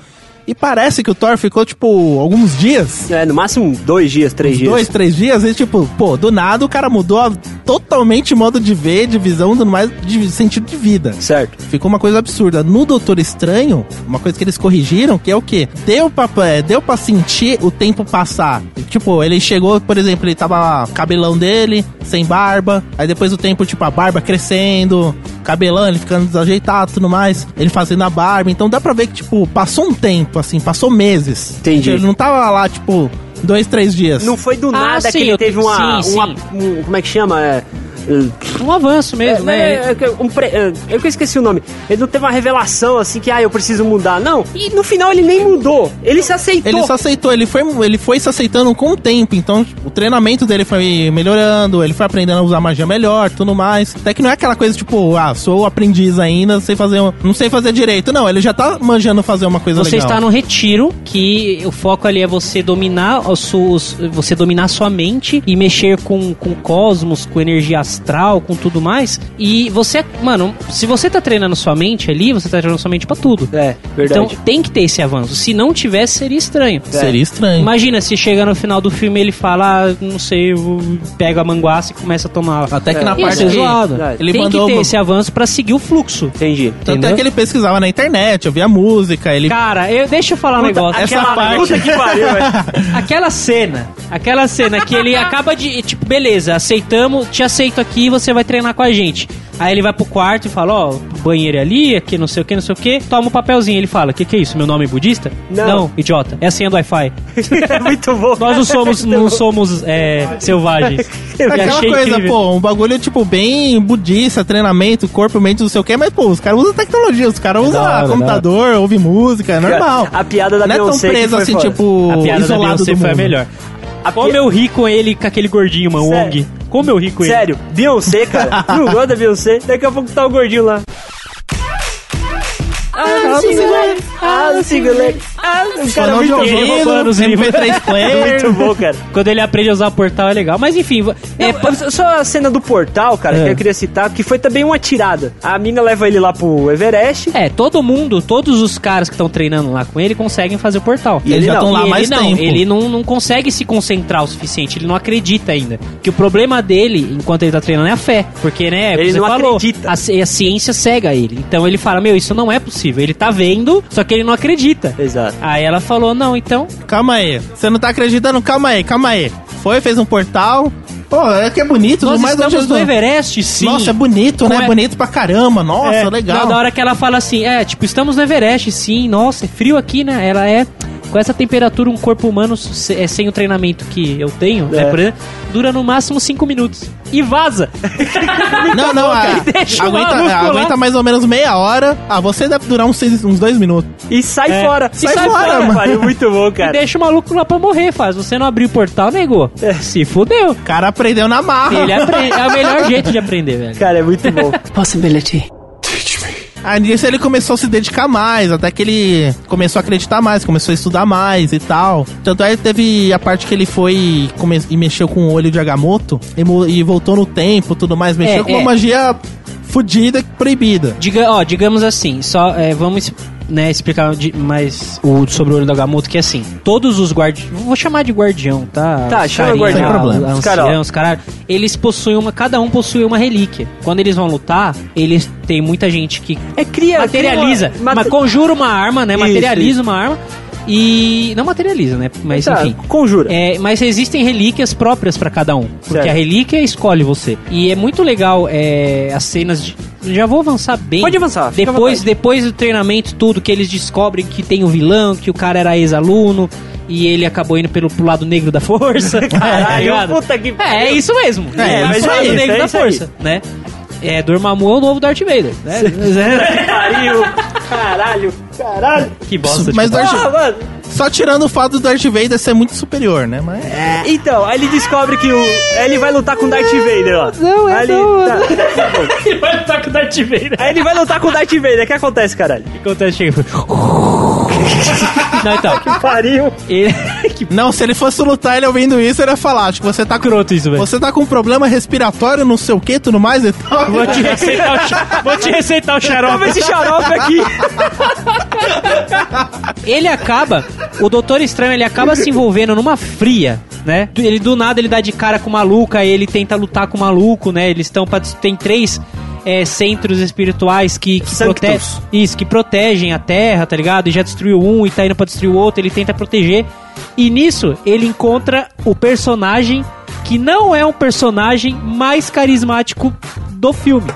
Speaker 4: E parece que o Thor ficou, tipo, alguns dias.
Speaker 3: É, no máximo dois dias, três dias.
Speaker 4: Dois, três dias, e tipo, pô, do nada o cara mudou a- totalmente modo de ver, de visão, tudo mais, de sentido de vida.
Speaker 3: Certo.
Speaker 4: Ficou uma coisa absurda. No Doutor Estranho, uma coisa que eles corrigiram, que é o quê? Deu pra, é, deu pra sentir o tempo passar. Tipo, ele chegou, por exemplo, ele tava cabelão dele, sem barba. Aí depois o tempo, tipo, a barba crescendo, cabelão, ele ficando desajeitado e tudo mais. Ele fazendo a barba. Então dá pra ver que, tipo, passou um tempo, assim, passou meses.
Speaker 3: Entendi.
Speaker 4: Ele não tava lá, tipo, dois, três dias.
Speaker 3: Não foi do
Speaker 2: Ah, sim,
Speaker 3: nada que
Speaker 2: eu-
Speaker 3: ele teve uma...
Speaker 2: sim,
Speaker 3: uma-
Speaker 2: sim.
Speaker 3: um- como é que chama? É, é,
Speaker 2: Um avanço mesmo, né?
Speaker 3: É, é, é, um pre- é, eu que esqueci o nome. Ele não teve uma revelação assim que, ah, eu preciso mudar. Não. E no final ele nem mudou. Ele se aceitou.
Speaker 4: Ele se aceitou, ele foi, ele foi se aceitando com o tempo, então o treinamento dele foi melhorando, ele foi aprendendo a usar magia melhor, tudo mais. Até que não é aquela coisa tipo, ah, sou aprendiz ainda, não sei fazer, um- não sei fazer direito. Não, ele já tá manjando fazer uma coisa
Speaker 2: Você
Speaker 4: legal.
Speaker 2: está no retiro, que o foco ali é você dominar os, seus- você dominar a sua mente e mexer com, com o cosmos, com energia astral, com tudo mais. E você, mano, se você tá treinando sua mente ali, você tá treinando sua mente pra tudo.
Speaker 3: É, verdade.
Speaker 2: Então tem que ter esse avanço. Se não tivesse, seria estranho.
Speaker 4: É. Seria estranho.
Speaker 2: Imagina se chega no final do filme e ele fala, ah, não sei, eu pego a manguaça e começa a tomar.
Speaker 4: Até que na
Speaker 2: Ia
Speaker 4: parte
Speaker 2: ser
Speaker 4: que
Speaker 2: zoado.
Speaker 4: ele
Speaker 2: tem que
Speaker 4: mandou
Speaker 2: ter
Speaker 4: uma-
Speaker 2: esse avanço pra seguir o fluxo.
Speaker 3: Entendi.
Speaker 4: Tanto é
Speaker 2: entendeu?
Speaker 4: que ele pesquisava na internet, ouvia música, ele
Speaker 2: Cara, eu, deixa eu falar um negócio.
Speaker 4: essa
Speaker 2: Aquela-
Speaker 4: parte-
Speaker 3: Puta que pariu, é.
Speaker 2: Aquela cena, aquela cena que ele acaba de, tipo, beleza, aceitamos, te aceito aqui, você vai treinar com a gente. Aí ele vai pro quarto e fala, ó, banheiro é ali, aqui não sei o que, não sei o que, toma um papelzinho. Ele fala, que que é isso, meu nome é budista?
Speaker 3: Não.
Speaker 2: idiota, é a senha do Wi-Fi.
Speaker 3: É muito bom.
Speaker 2: Nós não somos, não somos é, selvagens. Eu
Speaker 4: Aquela
Speaker 2: achei
Speaker 4: coisa,
Speaker 2: incrível.
Speaker 4: pô, um bagulho, tipo, bem budista, treinamento, corpo, mente, não sei o que, mas, pô, os caras usam tecnologia, os
Speaker 3: É
Speaker 4: caras usam
Speaker 2: hora,
Speaker 4: computador, ouve música, é normal.
Speaker 3: A piada da
Speaker 4: Não é tão
Speaker 3: Beyoncé que
Speaker 4: preso,
Speaker 3: foi
Speaker 4: assim,
Speaker 3: foda.
Speaker 4: tipo,
Speaker 2: A piada da
Speaker 4: isolado
Speaker 2: Beyoncé
Speaker 4: do
Speaker 2: foi a
Speaker 4: mundo.
Speaker 2: melhor.
Speaker 3: A
Speaker 2: Como
Speaker 3: pi-
Speaker 2: eu ri com ele, com aquele gordinho, mano, o
Speaker 3: Sério?
Speaker 2: Wong. Como eu ri com ele.
Speaker 3: Sério, Beyoncé, cara. não gosta da Beyoncé. Daqui a pouco tá o gordinho lá. Ah, single, ah, single, ah, o cara é
Speaker 4: Canal de
Speaker 3: muito
Speaker 2: ouvido.
Speaker 3: bom.
Speaker 4: ouvido,
Speaker 2: roubando os
Speaker 4: MP3 player.
Speaker 3: Muito bom, cara.
Speaker 2: Quando ele aprende a usar portal é legal. Mas enfim, vo- é,
Speaker 3: É, pa- só a cena do portal, cara,
Speaker 2: É.
Speaker 3: que eu queria citar, que foi também uma tirada. A mina leva ele lá pro Everest.
Speaker 2: É, todo mundo, todos os caras que estão treinando lá com ele conseguem fazer o portal.
Speaker 4: E eles já
Speaker 3: não,
Speaker 4: estão lá há
Speaker 2: E
Speaker 4: mais
Speaker 2: ele não,
Speaker 4: tempo.
Speaker 2: ele não, não consegue se concentrar o suficiente, ele não acredita ainda. Que o problema dele, enquanto ele tá treinando, é a fé. Porque, né,
Speaker 3: Ele
Speaker 2: você
Speaker 3: não
Speaker 2: falou,
Speaker 3: acredita.
Speaker 2: A, ci- a ciência cega ele. Então ele fala, meu, isso não é possível. Ele tá vendo, só que ele não acredita.
Speaker 3: Exato.
Speaker 2: Aí ela falou, não, então...
Speaker 4: Calma aí, você não tá acreditando? Calma aí, calma aí. Foi, fez um portal, Pô, é que é bonito,
Speaker 2: Nós
Speaker 4: mas
Speaker 2: estamos
Speaker 4: onde eu
Speaker 2: no
Speaker 4: tô-
Speaker 2: Everest, sim.
Speaker 4: Nossa, é bonito,
Speaker 2: Como
Speaker 4: né?
Speaker 2: é-
Speaker 4: É bonito pra caramba. Nossa,
Speaker 2: É,
Speaker 4: legal.
Speaker 2: não, Na hora que ela fala assim, é, tipo, estamos no Everest, sim, nossa, é frio aqui, né? Ela é. Com essa temperatura, um corpo humano, se- é, sem o treinamento que eu tenho, né?
Speaker 4: É.
Speaker 2: Por exemplo, dura no máximo 5 minutos. E vaza!
Speaker 4: Não, não, a-
Speaker 2: Deixa o maluco
Speaker 4: aguenta,
Speaker 2: lá.
Speaker 4: aguenta mais ou menos meia hora. Ah, você deve durar uns, seis, uns dois minutos.
Speaker 3: É. E sai fora.
Speaker 4: sai fora, mano.
Speaker 3: pariu, muito bom, cara.
Speaker 2: Deixa o maluco lá pra morrer, faz. Você não abrir o portal, negou.
Speaker 4: É.
Speaker 2: Se fudeu.
Speaker 4: O cara aprendeu na marra.
Speaker 2: Ele aprende. É o melhor jeito de aprender, velho.
Speaker 3: Cara, é muito bom.
Speaker 7: Possibility.
Speaker 4: Aí nisso ele começou a se dedicar mais, até que ele começou a acreditar mais, começou a estudar mais e tal. Tanto é que teve a parte que ele foi come- e mexeu com o olho de Agamotto e, mo- e voltou no tempo tudo mais, mexeu
Speaker 2: É,
Speaker 4: com uma
Speaker 2: é.
Speaker 4: magia fudida e proibida.
Speaker 2: Diga, ó, digamos assim, só é, vamos né, explicar de- mais o, sobre o olho da Gamoto, que é assim, todos os guardiões. Vou chamar de guardião, tá?
Speaker 3: Tá,
Speaker 2: Os
Speaker 3: chama
Speaker 2: carinha
Speaker 3: guardião.
Speaker 2: lá,
Speaker 4: Sem problema.
Speaker 2: os
Speaker 3: Os cara, ó.
Speaker 2: anciãos, os caralho, eles possuem uma. Cada um possui uma relíquia. Quando eles vão lutar, eles tem muita gente que
Speaker 3: É cria.
Speaker 2: materializa.
Speaker 3: cria uma-
Speaker 2: mas
Speaker 3: mate-
Speaker 2: conjura uma arma, né?
Speaker 3: Isso,
Speaker 2: materializa uma arma. E. Não materializa, né? Mas
Speaker 3: Tá,
Speaker 2: enfim.
Speaker 3: Conjura.
Speaker 2: É, mas existem relíquias próprias pra cada um. Porque
Speaker 3: Certo.
Speaker 2: a relíquia escolhe você. E é muito legal é, as cenas de. Já vou avançar bem.
Speaker 3: Pode avançar, fica à
Speaker 2: Depois,
Speaker 3: vontade.
Speaker 2: depois do treinamento, tudo, que eles descobrem que tem o vilão, que o cara era ex-aluno e ele acabou indo pelo, pro lado negro da força. tá
Speaker 3: Caralho,
Speaker 2: ligado?
Speaker 3: puta que
Speaker 2: é, é isso mesmo.
Speaker 3: É, mas
Speaker 2: isso
Speaker 3: é
Speaker 2: aí,
Speaker 3: isso,
Speaker 2: o negro
Speaker 3: é
Speaker 2: da
Speaker 3: isso
Speaker 2: força, né? É, Dormammu é o novo Darth Vader. Né?
Speaker 3: Pariu. Caralho. Caralho.
Speaker 2: que bosta.
Speaker 4: Mas Darth-
Speaker 3: Porra, mano.
Speaker 4: Só tirando o fato do Darth Vader ser muito superior, né? Mas
Speaker 3: Então, aí ele descobre que o. Ele vai lutar com o Darth Vader, ó. Não, é não,
Speaker 2: Ele vai lutar com o Darth Vader.
Speaker 3: Aí ele vai lutar com o Darth Vader. O que acontece, caralho?
Speaker 2: Acontece, chega e fala, Não, então.
Speaker 3: Pariu.
Speaker 2: Ele...
Speaker 4: Não, se ele fosse lutar, ele ouvindo isso, ele ia falar, acho que você tá com...
Speaker 2: Croto isso, velho.
Speaker 4: Você tá com um problema respiratório, não sei o que, tudo mais e tal.
Speaker 2: Vou te receitar o, cha- Vou te receitar o
Speaker 3: Toma
Speaker 2: xarope.
Speaker 3: esse xarope aqui.
Speaker 2: Ele acaba, o Doutor Estranho, ele acaba se envolvendo numa fria, né? Do- Ele do nada ele dá de cara com o maluco, aí ele tenta lutar com o maluco, né? Eles estão pra. Tem três é, centros espirituais que, que
Speaker 3: Sanctus.
Speaker 2: protegem. Isso, que protegem a Terra, tá ligado? E já destruiu um e tá indo pra destruir o outro, ele tenta proteger. E nisso, ele encontra o personagem que não é um personagem mais carismático do filme.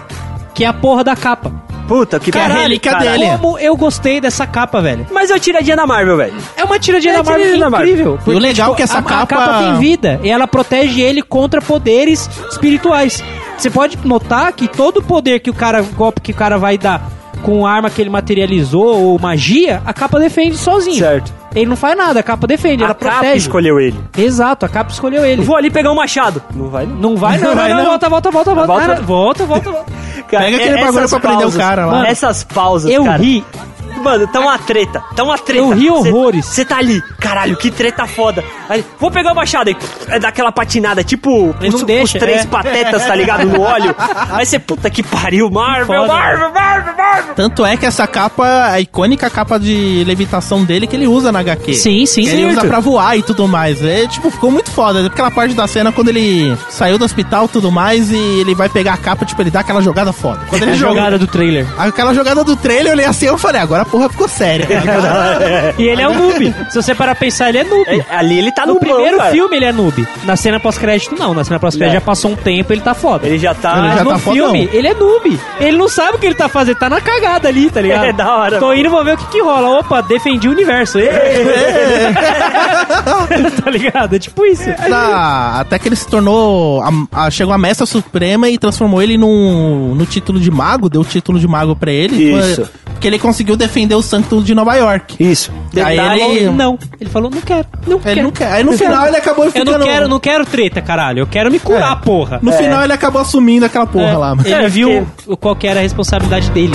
Speaker 2: Que é a porra da capa.
Speaker 3: Puta, que
Speaker 2: Caralho,
Speaker 4: cadê
Speaker 3: caralho.
Speaker 4: ele?
Speaker 2: Como eu gostei dessa capa, velho.
Speaker 3: Mas eu tiradinha na Marvel, velho.
Speaker 2: É uma tiradinha
Speaker 3: É
Speaker 2: da Marvel
Speaker 3: tiradinha da Marvel.
Speaker 2: incrível. tipo,
Speaker 4: E o legal é que essa
Speaker 2: a,
Speaker 4: capa...
Speaker 2: a capa tem vida e ela protege ele contra poderes espirituais. Você pode notar que todo poder que o cara, golpe que o cara vai dar com a arma que ele materializou ou magia, a capa defende sozinho.
Speaker 3: Certo.
Speaker 2: Ele não faz nada, a capa defende, ela
Speaker 3: a capa
Speaker 2: protege.
Speaker 3: escolheu ele.
Speaker 2: Exato, a capa escolheu ele.
Speaker 3: Vou ali pegar o machado. Não vai, não.
Speaker 2: Não vai, não, não,
Speaker 4: Vai,
Speaker 2: não,
Speaker 4: não.
Speaker 2: volta, volta, volta, volta,
Speaker 3: Volta.
Speaker 2: cara, volta, volta, volta.
Speaker 3: Cara,
Speaker 4: Pega
Speaker 3: é-
Speaker 4: aquele bagulho
Speaker 3: essas
Speaker 4: pra prender o
Speaker 3: pausas,
Speaker 4: cara lá.
Speaker 3: Mano, essas pausas,
Speaker 2: um Eu
Speaker 3: cara.
Speaker 2: ri.
Speaker 3: Mano, tá uma treta. Tá uma treta.
Speaker 2: Eu ri horrores.
Speaker 3: Você tá ali. Caralho, que treta foda. Aí, vou pegar o machado aí. É daquela patinada, tipo
Speaker 2: Ele não
Speaker 3: os,
Speaker 2: deixa,
Speaker 3: os três
Speaker 2: é.
Speaker 3: patetas, tá ligado? No óleo. Aí você, puta que pariu, Marvel,
Speaker 2: Foda.
Speaker 3: Marvel, Marvel, Marvel.
Speaker 4: Tanto é que essa capa, a icônica capa de levitação dele que ele usa na HQ.
Speaker 2: Sim, sim,
Speaker 4: Que Ele
Speaker 2: certo.
Speaker 4: usa pra voar e tudo mais. É, tipo, ficou muito foda. Aquela parte da cena quando ele saiu do hospital e tudo mais e ele vai pegar a capa, tipo, ele dá aquela jogada foda. Quando ele
Speaker 2: É A
Speaker 4: joga.
Speaker 2: jogada do trailer.
Speaker 4: Aquela jogada do trailer, eu olhei assim eu falei, agora a porra ficou séria.
Speaker 2: É E ele é um noob. Se você parar pra pensar, ele é noob.
Speaker 3: É, ali ele tá
Speaker 2: no
Speaker 3: no
Speaker 2: primeiro filme ele é noob. Na cena pós-crédito, não. Na cena pós-crédito
Speaker 3: É.
Speaker 2: já passou um tempo, ele tá foda.
Speaker 3: Ele já tá.
Speaker 4: Ele já
Speaker 2: no
Speaker 4: tá fodão.
Speaker 2: filme, ele é noob. Ele não sabe o que ele tá fazendo, tá na cagada ali, tá ligado?
Speaker 3: É, da hora.
Speaker 2: Tô indo, vou ver o que que rola. Opa, defendi o universo. Ê! tá ligado? É tipo isso.
Speaker 4: Tá, até que ele se tornou. a- a- chegou a Mestra Suprema e transformou ele num, no título de mago, deu o título de mago pra ele.
Speaker 3: Isso.
Speaker 4: Porque ele conseguiu defender o santo de Nova York.
Speaker 3: Isso.
Speaker 4: Aí ele-
Speaker 2: Não. Ele falou, não quero. Não
Speaker 4: Ele
Speaker 2: quero.
Speaker 4: não quer. Aí no final ele acabou
Speaker 2: Eu
Speaker 4: ficando. um
Speaker 2: não quero, não quero treta, caralho. Eu quero me curar,
Speaker 4: É.
Speaker 2: porra.
Speaker 4: No final ele acabou assumindo aquela porra
Speaker 2: É,
Speaker 4: lá, mano.
Speaker 2: Ele
Speaker 3: É,
Speaker 2: viu qual que era a responsabilidade dele.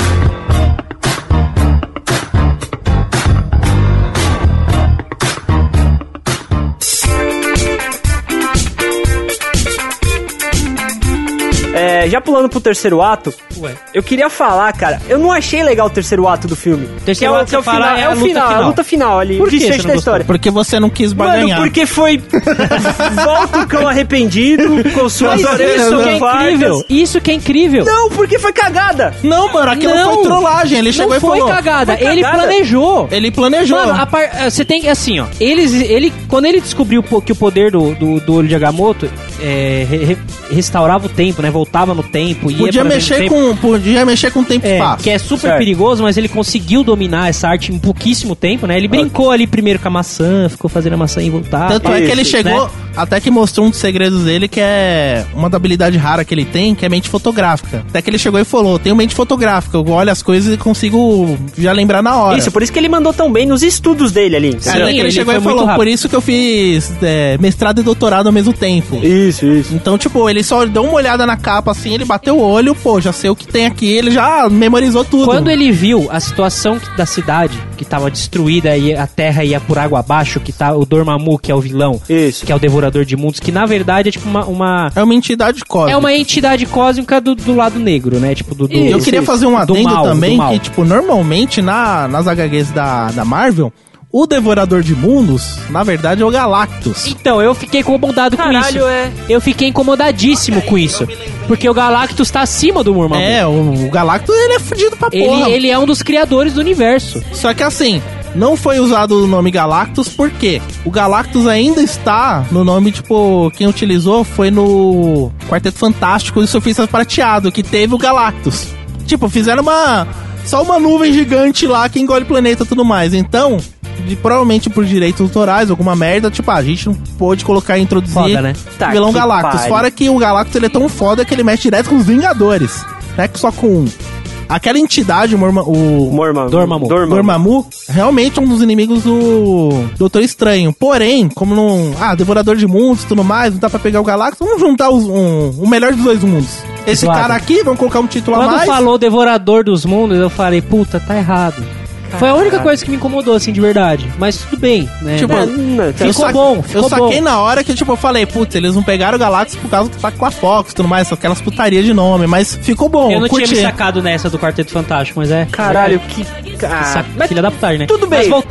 Speaker 3: É, cara, já pulando pro terceiro ato,
Speaker 2: Ué.
Speaker 3: eu queria falar, cara, eu não achei legal o terceiro ato do filme.
Speaker 2: Terceiro
Speaker 3: Que é o-
Speaker 2: ato
Speaker 3: que é o
Speaker 2: você fala,
Speaker 3: final,
Speaker 2: é
Speaker 3: é
Speaker 2: a
Speaker 3: o
Speaker 2: luta
Speaker 3: final, é a
Speaker 2: final.
Speaker 3: luta final ali,
Speaker 2: Por
Speaker 3: o
Speaker 2: que você
Speaker 3: desfecho
Speaker 2: não
Speaker 3: da
Speaker 2: gostou?
Speaker 3: história.
Speaker 4: Porque você não quis
Speaker 3: Mano,
Speaker 4: baganhar.
Speaker 3: porque foi. Volta o cão arrependido, com suas
Speaker 2: Mas
Speaker 3: três
Speaker 2: isso que é incrível! Isso que é incrível!
Speaker 3: Não, porque foi cagada!
Speaker 4: Não, mano, aquilo
Speaker 2: Não.
Speaker 4: foi trollagem. Ele chegou
Speaker 2: não
Speaker 4: e
Speaker 2: foi
Speaker 4: falou.
Speaker 2: cagada,
Speaker 3: Foi
Speaker 2: ele
Speaker 3: cagada.
Speaker 2: planejou.
Speaker 4: Ele planejou.
Speaker 2: Mano, a par- eh, você tem que, assim, ó. Eles, ele, quando ele descobriu po- que o poder do, do, do olho de Agamotto eh, re- re- restaurava o tempo, né? Voltava no tempo. ia
Speaker 4: podia
Speaker 2: pra dentro
Speaker 4: mexer
Speaker 2: do tempo.
Speaker 4: com, podia mexer com tempo e
Speaker 2: É,
Speaker 4: espaço.
Speaker 2: que é super
Speaker 3: Certo.
Speaker 2: perigoso, mas ele conseguiu dominar essa arte em pouquíssimo tempo, né? Ele brincou ali primeiro com a maçã, ficou fazendo a maçã e voltar.
Speaker 4: Tanto é que ele
Speaker 3: Isso,
Speaker 2: né?
Speaker 4: chegou, até que mostrou um dos segredos dele, que é uma da habilidade rara que ele tem, que é mente fotográfica. Até que ele chegou e falou: tenho mente fotográfica, eu olho as coisas e consigo já lembrar na hora.
Speaker 3: Isso, por isso que ele mandou tão bem nos estudos dele ali.
Speaker 4: Aí
Speaker 2: Sim,
Speaker 4: até que ele,
Speaker 2: ele
Speaker 4: chegou
Speaker 2: foi
Speaker 4: e
Speaker 2: muito
Speaker 4: falou:
Speaker 2: rápido.
Speaker 4: por isso que eu fiz é, mestrado e doutorado ao mesmo tempo.
Speaker 3: Isso, isso.
Speaker 4: Então, tipo, ele só deu uma olhada na capa assim, ele bateu o olho, pô, já sei o que tem aqui, ele já memorizou tudo.
Speaker 2: Quando ele viu a situação que- da cidade, que tava destruída e a terra ia por água abaixo, que tá o Dormammu, que é o vilão,
Speaker 3: Isso.
Speaker 2: que é o devorador de mundos, que na verdade é tipo uma. uma-
Speaker 4: É uma entidade cósmica.
Speaker 2: é uma entidade cósmica do, do lado negro, né? Tipo, do. do
Speaker 4: Eu queria fazer um
Speaker 2: do
Speaker 4: adendo
Speaker 2: mal, do
Speaker 4: também,
Speaker 2: mal.
Speaker 4: que, tipo, normalmente na, nas HQs da, da Marvel, o Devorador de Mundos, na verdade, é o Galactus.
Speaker 2: Então, eu fiquei incomodado com isso.
Speaker 3: Caralho, é.
Speaker 2: Eu fiquei incomodadíssimo com isso. Porque o Galactus tá acima do Dormammu.
Speaker 4: É, o, o Galactus, ele é fudido pra porra.
Speaker 2: Ele, ele é um dos criadores do universo.
Speaker 4: Só que assim, não foi usado o nome Galactus, por quê? O Galactus ainda está no nome, tipo, quem utilizou foi no Quarteto Fantástico e o Surfista Prateado, que teve o Galactus. Tipo, fizeram uma. Só uma nuvem gigante lá que engole o planeta e tudo mais. Então, de- provavelmente por direitos autorais, alguma merda, tipo, ah, a gente não pôde colocar e introduzir
Speaker 2: Foda, né?
Speaker 3: Tá
Speaker 4: o vilão
Speaker 3: que
Speaker 4: Galactus.
Speaker 3: pariu.
Speaker 4: Fora que o Galactus ele é tão foda que ele mexe direto com os Vingadores. Não é só com um. Aquela entidade, o, Morma- o
Speaker 3: Mormon.
Speaker 2: Dormammu.
Speaker 4: Dormammu realmente é um dos inimigos do Doutor Estranho. Porém, como não. Ah, Devorador de Mundos e tudo mais, não dá pra pegar o Galactus, vamos juntar os- um- o melhor dos dois mundos. Esse
Speaker 2: Claro.
Speaker 4: cara aqui, vamos colocar um título a
Speaker 2: Quando
Speaker 4: mais.
Speaker 2: falou Devorador dos Mundos, eu falei, puta, tá errado. Foi a única coisa que me incomodou, assim, de verdade. Mas tudo bem, né?
Speaker 4: Tipo,
Speaker 3: É, não,
Speaker 4: Eu
Speaker 3: tá-
Speaker 2: Ficou
Speaker 4: saque-
Speaker 2: bom, ficou
Speaker 4: eu saquei
Speaker 2: bom.
Speaker 4: na hora que, tipo, eu falei, putz, eles não pegaram o Galactus por causa do tá com a Fox e tudo mais, aquelas putarias de nome, mas ficou bom.
Speaker 2: eu não
Speaker 4: curti.
Speaker 2: tinha me sacado nessa do Quarteto Fantástico, mas é.
Speaker 3: Caralho, que. Ah,
Speaker 2: Essa filha da putagem, né?
Speaker 3: tudo bem.
Speaker 2: Mas volta-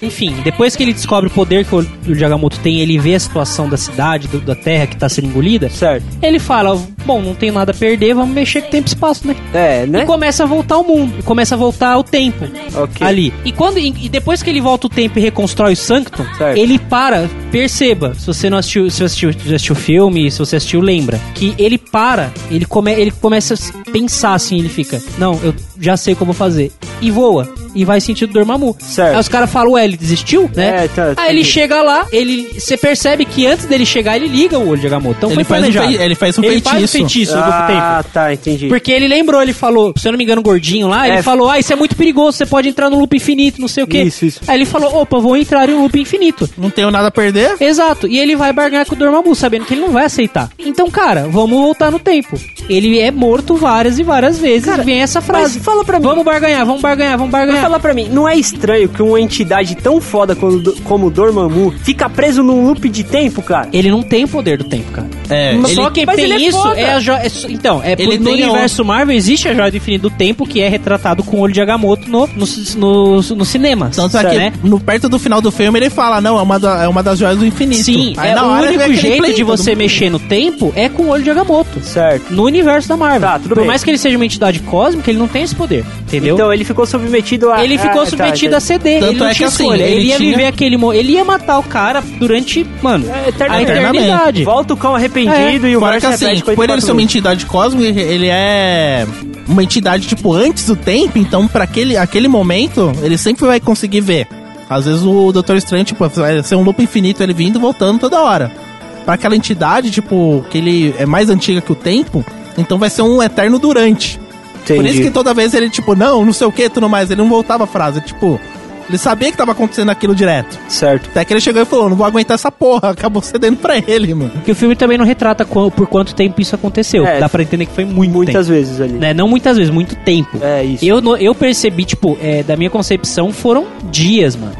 Speaker 2: Enfim, depois que ele descobre o poder que o o Jagamoto tem, ele vê a situação da cidade, do- da terra que tá sendo engolida,
Speaker 3: Certo.
Speaker 2: ele fala, bom, não tenho nada a perder, vamos mexer com tempo e espaço, né?
Speaker 3: É, né?
Speaker 2: E começa a voltar o mundo, começa a voltar o tempo
Speaker 3: Ok.
Speaker 2: ali. E quando e e depois que ele volta o tempo e reconstrói o Sanctum,
Speaker 3: Certo.
Speaker 2: ele para, perceba, se você não assistiu, se você assistiu, já assistiu o filme, se você assistiu, lembra, que ele para, ele, come, ele começa a s- pensar assim, ele fica, não, eu já sei o que eu vou fazer. E voa, e vai sentido do Dormammu.
Speaker 3: Certo.
Speaker 2: Aí os caras falam, ué, ele desistiu, né?
Speaker 3: É, tá,
Speaker 2: Aí
Speaker 3: entendi.
Speaker 2: ele chega lá, ele, você percebe que antes dele chegar, ele liga o olho de Agamotto. Então
Speaker 4: Ele
Speaker 2: foi
Speaker 4: faz um
Speaker 2: planejado.
Speaker 4: fe- ele faz um
Speaker 2: Ele faz
Speaker 4: feitiço.
Speaker 2: feitiço do é tempo.
Speaker 3: Ah, tá, entendi.
Speaker 2: Porque ele lembrou, ele falou, se eu não me engano, o gordinho lá, ele
Speaker 3: É.
Speaker 2: falou, ah, isso é muito perigoso, você pode entrar no loop infinito, não sei o quê.
Speaker 3: Isso, isso.
Speaker 2: Aí ele falou, opa, vou entrar em um loop infinito.
Speaker 4: Não tenho nada a perder.
Speaker 2: Exato, e ele vai barganhar com o Dormammu, sabendo que ele não vai aceitar. Então, cara, vamos voltar no tempo. Ele é morto várias e várias vezes, e vem essa frase.
Speaker 3: mas fala pra mim.
Speaker 2: Vamos barganhar, vamos barganhar, vamos barganhar.
Speaker 3: Vai falar pra mim, não é estranho que uma entidade tão foda como, como o Dormammu fica preso num loop de tempo, cara?
Speaker 2: Ele não tem o poder do tempo, cara.
Speaker 4: É,
Speaker 2: Mas
Speaker 4: ele-
Speaker 2: Só quem
Speaker 3: mas
Speaker 2: tem
Speaker 3: ele é
Speaker 2: isso
Speaker 3: foda. um-
Speaker 2: é a joia. é só- então, é
Speaker 4: Ele
Speaker 2: por- no
Speaker 4: tem a
Speaker 2: universo Marvel existe a joia do infinito do tempo que é retratado com o olho de Agamotto no, no, no, no cinema.
Speaker 4: Tanto é que
Speaker 2: né?
Speaker 4: no, perto do final do filme ele fala, não, é uma, da- é uma das joias do infinito.
Speaker 2: Sim,
Speaker 3: tá.
Speaker 4: Aí
Speaker 2: é
Speaker 4: na
Speaker 2: o
Speaker 4: hora vem
Speaker 2: único
Speaker 4: aquele
Speaker 2: jeito
Speaker 4: play,
Speaker 2: de
Speaker 4: todo
Speaker 2: você
Speaker 4: mundo-
Speaker 2: mexer no tempo é com o olho de Agamotto.
Speaker 3: Certo.
Speaker 2: No universo da Marvel.
Speaker 3: Tá, tudo
Speaker 2: Por
Speaker 3: bem.
Speaker 2: mais que ele seja uma entidade cósmica, ele não tem esse poder, entendeu?
Speaker 3: Então ele ficou submetido a.
Speaker 2: ele ficou
Speaker 3: ah, tá,
Speaker 2: submetido a CD,
Speaker 4: Tanto
Speaker 2: ele não
Speaker 4: é que
Speaker 2: tinha
Speaker 4: assim,
Speaker 2: escolha. Ele,
Speaker 4: ele
Speaker 2: ia
Speaker 4: tinha-
Speaker 2: viver aquele... Mo... Ele ia matar o cara durante, mano,
Speaker 3: É,
Speaker 2: a
Speaker 3: eternamente.
Speaker 2: eternidade. É.
Speaker 3: Volta o cão arrependido e o
Speaker 4: Fora
Speaker 3: verso
Speaker 4: que assim,
Speaker 3: repete com
Speaker 4: por ele ser
Speaker 3: 84
Speaker 4: uma entidade cósmica, ele é uma entidade, tipo, antes do tempo, então pra aquele, aquele momento, ele sempre vai conseguir ver. Às vezes o Doutor Estranho, tipo, vai ser um loop infinito, ele vindo e voltando toda hora. Pra aquela entidade, tipo, que ele é mais antiga que o tempo, então vai ser um eterno durante. Por
Speaker 3: Entendi.
Speaker 4: isso que toda vez ele, tipo, não, não sei o que, tudo mais, ele não voltava a frase, tipo... Ele sabia que tava acontecendo aquilo direto.
Speaker 3: Certo.
Speaker 4: Até que ele chegou e falou, não vou aguentar essa porra. Acabou cedendo pra ele, mano.
Speaker 2: Que o filme também não retrata qu- por quanto tempo isso aconteceu.
Speaker 3: É,
Speaker 2: Dá pra entender que foi muito
Speaker 3: Muitas
Speaker 2: tempo.
Speaker 3: vezes ali.
Speaker 2: Né? Não muitas vezes, muito tempo.
Speaker 3: É isso.
Speaker 2: Eu, no- eu percebi, tipo, é, da minha concepção foram dias, mano.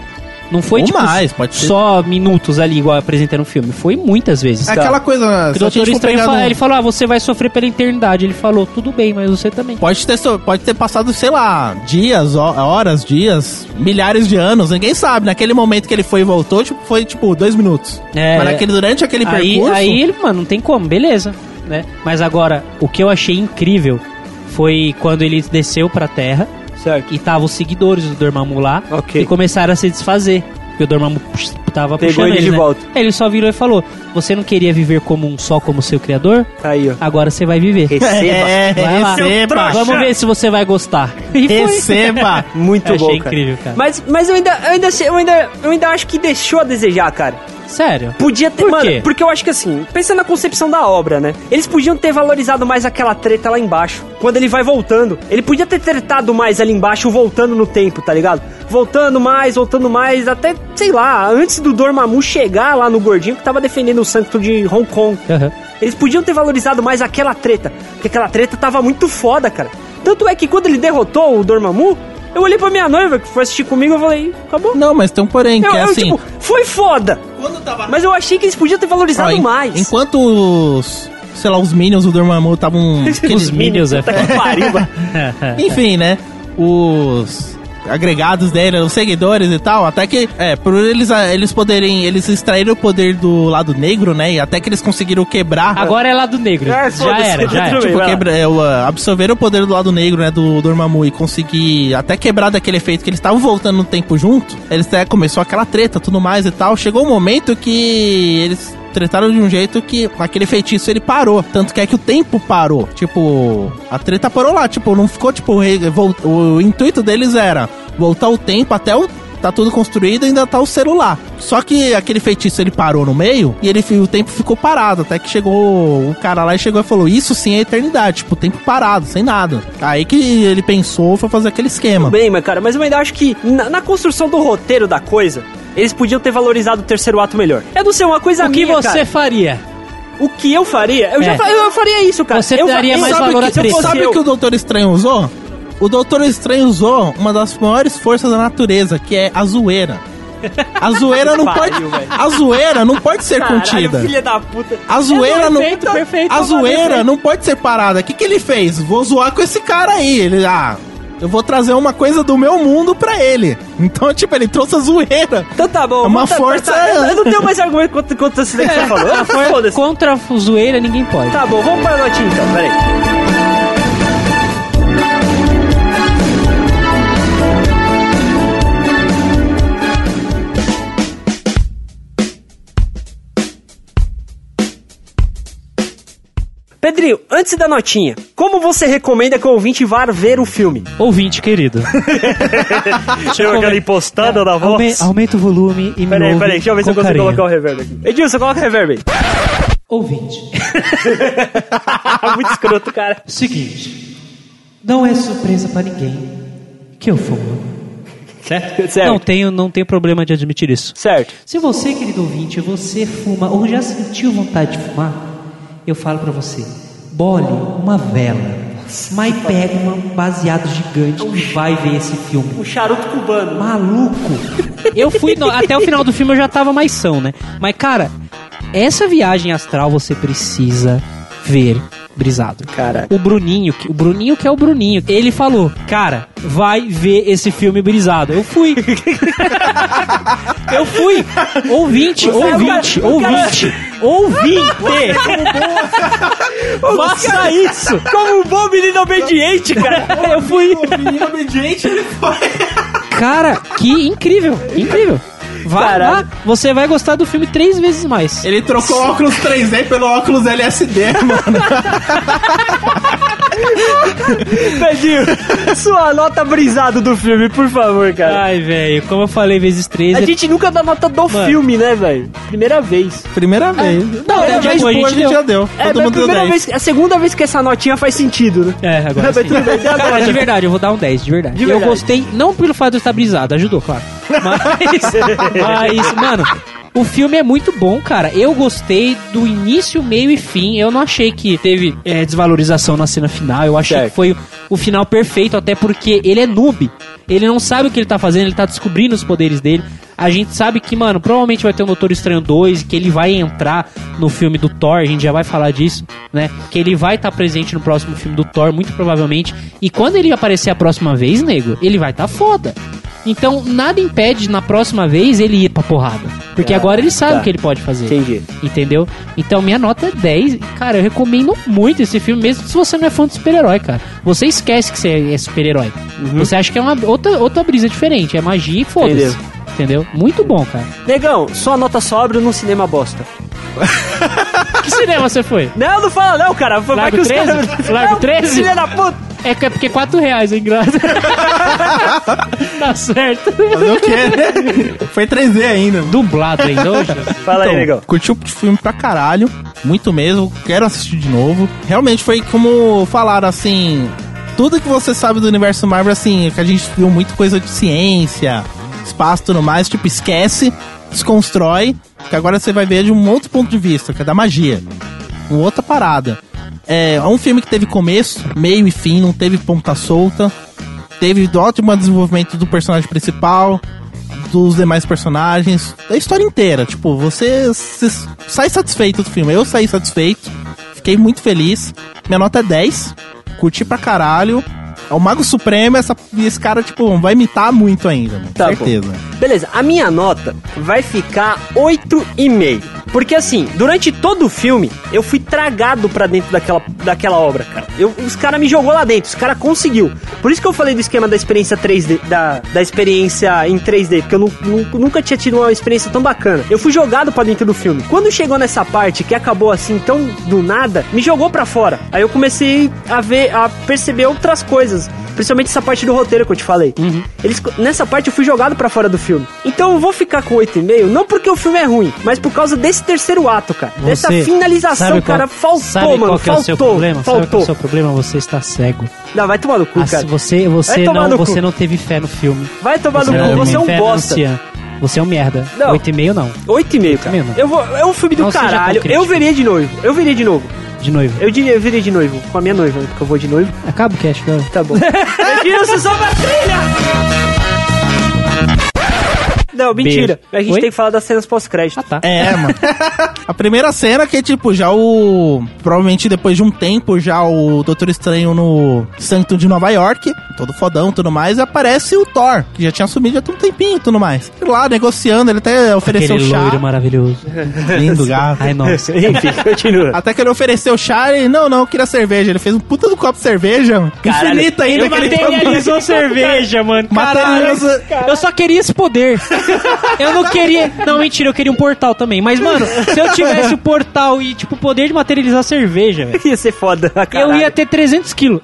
Speaker 2: Não foi
Speaker 4: Ou
Speaker 2: tipo
Speaker 4: mais, pode ser.
Speaker 2: só minutos ali igual apresentando um filme. Foi muitas vezes.
Speaker 4: É aquela coisa.
Speaker 2: Que o
Speaker 4: se a gente
Speaker 2: doutor
Speaker 4: for
Speaker 2: Estranho
Speaker 4: pegar
Speaker 2: fala,
Speaker 4: no-
Speaker 2: ele falou, ah, você vai sofrer pela eternidade. Ele falou, tudo bem, mas você também.
Speaker 4: Pode ter, so- pode ter passado, sei lá, dias, ho- horas, dias, milhares de anos, ninguém sabe. Naquele momento que ele foi e voltou, tipo, foi tipo dois minutos.
Speaker 2: É.
Speaker 4: Mas naquele, durante aquele
Speaker 2: Aí,
Speaker 4: percurso.
Speaker 2: aí ele, mano, não tem como, beleza. Né? Mas agora, o que eu achei incrível foi quando ele desceu pra terra
Speaker 3: Certo.
Speaker 2: e tava os seguidores do Dormammu lá
Speaker 3: Ok.
Speaker 2: e começaram a se desfazer. Porque o Dormammu pux, tava
Speaker 3: Pegou
Speaker 2: puxando
Speaker 3: ele
Speaker 2: ele,
Speaker 3: de
Speaker 2: né?
Speaker 3: volta.
Speaker 2: Aí Ele só virou e falou, você não queria viver como um só como seu criador?
Speaker 3: Tá aí, ó.
Speaker 2: Agora você vai viver.
Speaker 3: Receba.
Speaker 4: É,
Speaker 2: Vai lá.
Speaker 4: receba!
Speaker 2: Vamos ver se você vai gostar. E foi.
Speaker 4: Receba!
Speaker 3: Muito
Speaker 2: Eu
Speaker 3: bom,
Speaker 2: achei
Speaker 3: cara.
Speaker 2: incrível, cara.
Speaker 3: Mas, mas eu, ainda, eu, ainda, eu, ainda, eu ainda acho que deixou a desejar, cara.
Speaker 2: Sério.
Speaker 3: Podia ter.
Speaker 2: Por
Speaker 3: mano,
Speaker 2: quê?
Speaker 3: porque eu acho que assim, pensando na concepção da obra, né? Eles podiam ter valorizado mais aquela treta lá embaixo. Quando ele vai voltando. Ele podia ter tretado mais ali embaixo, voltando no tempo, tá ligado? Voltando mais, voltando mais, até, sei lá, antes do Dormammu chegar lá no gordinho que tava defendendo o santo de Hong Kong.
Speaker 2: Aham.
Speaker 3: Eles podiam ter valorizado mais aquela treta, porque aquela treta tava muito foda, cara. Tanto é que quando ele derrotou o Dormammu, eu olhei pra minha noiva que foi assistir comigo e falei, acabou.
Speaker 4: Não, mas tem um porém,
Speaker 3: Eu,
Speaker 4: que é
Speaker 3: eu,
Speaker 4: assim.
Speaker 3: tipo, foi foda,
Speaker 4: quando tava
Speaker 3: mas eu achei que eles podiam ter valorizado
Speaker 4: Ó, en-
Speaker 3: mais.
Speaker 4: Enquanto os, sei lá, os Minions do Dormammu estavam...
Speaker 2: Os Minions, é.
Speaker 3: Puta que pariu, mano.
Speaker 4: Enfim, né? Os agregados dele, os seguidores e tal, até que, é, por eles, eles poderem, eles extraíram o poder do lado negro, né, e até que eles conseguiram quebrar,
Speaker 2: Agora é lado negro. já
Speaker 3: É, foda-se,
Speaker 2: era,
Speaker 3: tudo
Speaker 2: já era.
Speaker 3: bem.
Speaker 4: tipo,
Speaker 3: vai lá.
Speaker 4: quebra, é, o, ah, absorveram o poder do lado negro, né, do Dormammu e conseguir até quebrar daquele efeito que eles estavam voltando no tempo junto, eles até começou aquela treta, tudo mais e tal, chegou um momento que eles tretaram de um jeito que aquele feitiço ele parou, tanto que é que o tempo parou, tipo, a treta parou lá, tipo, não ficou, tipo, re- vol- o intuito deles era voltar o tempo até o Tá tudo construído e ainda tá o celular. Só que aquele feitiço ele parou no meio e ele fi- o tempo ficou parado. Até que chegou o cara lá e chegou e falou: Isso sim é eternidade. Tipo, o tempo parado, sem nada. Aí que ele pensou, foi fazer aquele esquema.
Speaker 3: Tudo bem, mas cara, mas eu ainda acho que na, na construção do roteiro da coisa, eles podiam ter valorizado o terceiro ato melhor. Eu não sei, uma coisa
Speaker 2: O que
Speaker 3: minha,
Speaker 2: você
Speaker 3: cara.
Speaker 2: faria?
Speaker 3: O que eu faria? Eu
Speaker 2: É.
Speaker 3: já fa- eu faria isso, cara.
Speaker 2: Você
Speaker 3: eu
Speaker 2: daria
Speaker 3: eu
Speaker 2: mais
Speaker 3: sabe
Speaker 2: valor
Speaker 3: que
Speaker 2: à
Speaker 3: se eu
Speaker 2: treta.
Speaker 3: fosse
Speaker 4: Sabe
Speaker 3: eu-
Speaker 4: o que o Doutor Estranho usou? O Doutor Estranho usou uma das maiores forças da natureza, que é a zoeira. A zoeira não pode.
Speaker 3: Pariu, velho.
Speaker 4: A zoeira não pode ser
Speaker 3: Caralho,
Speaker 4: é contida.
Speaker 3: filha da puta.
Speaker 4: A zoeira não,
Speaker 2: perfeito, perfeito,
Speaker 4: a
Speaker 2: tá valendo,
Speaker 4: zoeira
Speaker 2: hein?
Speaker 4: não pode ser parada. O que, que ele fez? Vou zoar com esse cara aí. Ele, ah, eu vou trazer uma coisa do meu mundo pra ele. Então, tipo, ele trouxe a zoeira.
Speaker 3: Então tá bom.
Speaker 4: É uma
Speaker 3: tá- tá-
Speaker 4: força- É.
Speaker 3: tá- eu não tenho mais argumento contra, contra isso daí que você falou. Ah, Foda-se.
Speaker 2: Contra a zoeira ninguém pode.
Speaker 3: Tá bom, vamos para a notinha então, peraí. Pedrinho, antes da notinha, como você recomenda que o ouvinte vá ver o filme?
Speaker 2: Ouvinte, querido.
Speaker 3: Tira aquela impostada da
Speaker 2: Aume- aumenta o volume e me
Speaker 3: Peraí,
Speaker 2: ouve
Speaker 3: peraí, deixa eu ver se eu
Speaker 2: um com
Speaker 3: consigo
Speaker 2: carinho.
Speaker 3: colocar o reverb aqui. Edilson, coloca o reverb aí.
Speaker 2: Ouvinte,
Speaker 3: Tá Muito escroto, cara.
Speaker 2: seguinte. Não é surpresa pra ninguém que eu fumo.
Speaker 3: Certo.
Speaker 2: Não tenho, não tenho problema de admitir isso.
Speaker 3: Certo.
Speaker 2: Se você, querido ouvinte, você fuma ou já sentiu vontade de fumar, eu falo pra você, bole uma vela, mas pega um baseado gigante e vai ver esse filme.
Speaker 3: O charuto cubano.
Speaker 2: Maluco! Eu fui. no- até o final do filme eu já tava mais são, né? Mas, cara, essa viagem astral você precisa ver brisado.
Speaker 3: Caraca.
Speaker 2: O Bruninho, que- o Bruninho que é o Bruninho, ele falou: Cara, vai ver esse filme brisado. Eu fui. eu fui. Ouvinte, ouvinte,
Speaker 3: é o cara-
Speaker 2: ouvinte, ouvinte. Faça isso.
Speaker 3: Como um bom menino obediente, cara.
Speaker 2: Eu fui. Cara, que incrível, incrível. Vai lá,
Speaker 3: Caralho.
Speaker 2: você vai gostar do filme três vezes mais.
Speaker 4: Ele trocou o óculos 3D pelo óculos LSD, mano.
Speaker 3: Pedinho, sua nota brisado do filme, por favor, cara.
Speaker 2: Ai, velho, como eu falei, vezes três.
Speaker 3: A
Speaker 2: Ah, é-
Speaker 3: gente nunca dá nota do
Speaker 2: Mano.
Speaker 3: filme, né, velho? Primeira vez.
Speaker 4: Primeira vez.
Speaker 2: Não,
Speaker 4: Primeira
Speaker 2: é,
Speaker 4: vez,
Speaker 2: tipo,
Speaker 4: pô, a gente já deu.
Speaker 3: É,
Speaker 4: Todo
Speaker 3: mas a
Speaker 4: mundo deu
Speaker 3: primeira
Speaker 4: 10.
Speaker 3: vez, a segunda vez que essa notinha faz sentido, né?
Speaker 2: É, agora sim. Cara, de verdade, eu vou dar um 10, de verdade.
Speaker 3: De
Speaker 2: eu
Speaker 3: verdade.
Speaker 2: gostei, não pelo fato de eu estar brisado, ajudou, claro. Mas, mas, mano, o filme é muito bom, cara. Eu gostei do início, meio e fim. Eu não achei que teve é, desvalorização na cena final. Eu achei
Speaker 3: Certo.
Speaker 2: que foi o final perfeito, até porque ele é noob. Ele não sabe o que ele tá fazendo, ele tá descobrindo os poderes dele. A gente sabe que, mano, provavelmente vai ter um Doutor Estranho 2, que ele vai entrar no filme do Thor, a gente já vai falar disso, né? Que ele vai estar presente no próximo filme do Thor, muito provavelmente. E quando ele aparecer a próxima vez, nego, ele vai estar foda. Então, nada impede na próxima vez ele ir pra porrada. Porque
Speaker 3: Ah,
Speaker 2: agora ele sabe
Speaker 3: tá.
Speaker 2: o que ele pode fazer.
Speaker 3: Entendi.
Speaker 2: Entendeu? Então minha nota é 10. Cara, eu recomendo muito esse filme, mesmo se você não é fã de super-herói, cara. Você esquece que você é super-herói. Você acha que é uma outra, outra brisa diferente. É magia e foda-se.
Speaker 3: Uhum. Entendeu.
Speaker 2: Entendeu? Muito bom, cara.
Speaker 3: Negão, sua nota sóbrio num cinema bosta.
Speaker 2: Que cinema você foi?
Speaker 3: Não, não fala não, cara. Vai
Speaker 2: Largo
Speaker 3: que os
Speaker 2: 13?
Speaker 3: caras-
Speaker 2: Largo
Speaker 3: Não,
Speaker 2: 13?
Speaker 3: Filha da puta.
Speaker 2: É que é porque 4 reais, hein, graça? tá certo.
Speaker 4: Fazer o quê, né? Foi 3D ainda.
Speaker 2: Dublado ainda hoje.
Speaker 3: Fala aí,
Speaker 4: Então,
Speaker 3: negão.
Speaker 4: curti o filme pra caralho, muito mesmo, quero assistir de novo. Realmente foi como falaram assim, tudo que você sabe do universo Marvel, assim, que a gente viu muito coisa de ciência, espaço e tudo mais, tipo, esquece, desconstrói, que agora você vai ver de um outro ponto de vista, que é da magia. Uma outra parada. É, é um filme que teve começo, meio e fim, não teve ponta solta. Teve ótimo desenvolvimento do personagem principal, dos demais personagens, da história inteira. Tipo, você se- sai satisfeito do filme. Eu saí satisfeito, fiquei muito feliz. Minha nota é 10, curti pra caralho. É o Mago Supremo, essa, e esse cara, tipo, vai imitar muito ainda, mano.
Speaker 3: Tá bom.
Speaker 4: certeza.
Speaker 3: Beleza, a minha nota vai ficar 8,5. Porque assim, durante todo o filme, eu fui tragado pra dentro daquela, daquela obra, cara. Eu- os caras me jogou lá dentro, os caras conseguiu. Por isso que eu falei do esquema da experiência 3D, da, da experiência em 3D, porque eu nu- nu- nunca tinha tido uma experiência tão bacana. Eu fui jogado pra dentro do filme. Quando chegou nessa parte que acabou assim tão do nada, me jogou pra fora. Aí eu comecei a ver, a perceber outras coisas. Principalmente essa parte do roteiro que eu te falei.
Speaker 2: Uhum.
Speaker 3: Eles, nessa parte eu fui jogado pra fora do filme. Então eu vou ficar com 8,5, não porque o filme é ruim, mas por causa desse terceiro ato, cara. dessa
Speaker 2: Você-
Speaker 3: finalização,
Speaker 2: sabe qual-
Speaker 3: cara, faltou,
Speaker 2: sabe
Speaker 3: mano.
Speaker 2: Qual que
Speaker 3: faltou.
Speaker 2: é o seu problema? Sabe qual
Speaker 3: faltou.
Speaker 2: é o seu problema? Você está cego.
Speaker 3: Não, vai tomar no cu,
Speaker 2: Ah, se
Speaker 3: cara.
Speaker 2: você
Speaker 3: Vai
Speaker 2: você,
Speaker 3: tomar
Speaker 2: não,
Speaker 3: no cu.
Speaker 2: você não teve fé no filme.
Speaker 3: Vai tomar no
Speaker 2: não
Speaker 3: cu, você
Speaker 2: teve
Speaker 3: é um
Speaker 2: fé no
Speaker 3: bosta.
Speaker 2: Luciano. Você é um merda.
Speaker 3: Não.
Speaker 2: 8,5 não.
Speaker 3: 8,5, cara.
Speaker 2: Mano.
Speaker 3: Eu vou, é um filme do
Speaker 2: Não seja tão
Speaker 3: caralho.
Speaker 2: crítico.
Speaker 3: Eu veria de noivo. Eu veria de novo.
Speaker 2: De noivo.
Speaker 3: Eu, diria, eu veria de noivo. Com a minha noiva, né, porque eu vou de noivo.
Speaker 2: Acaba o cast, cara.
Speaker 3: Tá bom. Edilson, sobe a trilha! Não, mentira. A gente
Speaker 2: Oi?
Speaker 3: tem que falar das cenas pós-crédito.
Speaker 2: Ah, tá.
Speaker 4: É, mano. A primeira cena que é tipo, já o. Provavelmente depois de um tempo, já o Doutor Estranho no Santo de Nova York, todo fodão e tudo mais, e aparece o Thor, que já tinha assumido já tem um tempinho e tudo mais. E Lá negociando, ele até ofereceu
Speaker 2: Aquele
Speaker 4: chá.
Speaker 2: loiro maravilhoso.
Speaker 4: Lindo gato.
Speaker 2: Ai, nossa.
Speaker 3: Enfim, continua.
Speaker 4: Até que ele ofereceu chá e não, não, eu queria cerveja. Ele fez um puta do copo de cerveja.
Speaker 3: Caralho,
Speaker 4: infinita ainda
Speaker 3: ele
Speaker 4: que ele
Speaker 3: materializou
Speaker 4: tomou.
Speaker 2: Materializou cerveja, mano.
Speaker 4: Materializa-
Speaker 2: Caralho. Eu só queria esse poder. Eu não queria. Não, mentira, eu queria um portal também. Mas, mano, se eu tivesse o portal e, tipo, o poder de materializar cerveja, velho.
Speaker 3: Ia ser foda.
Speaker 2: Eu
Speaker 3: caralho.
Speaker 2: ia ter 300 quilos.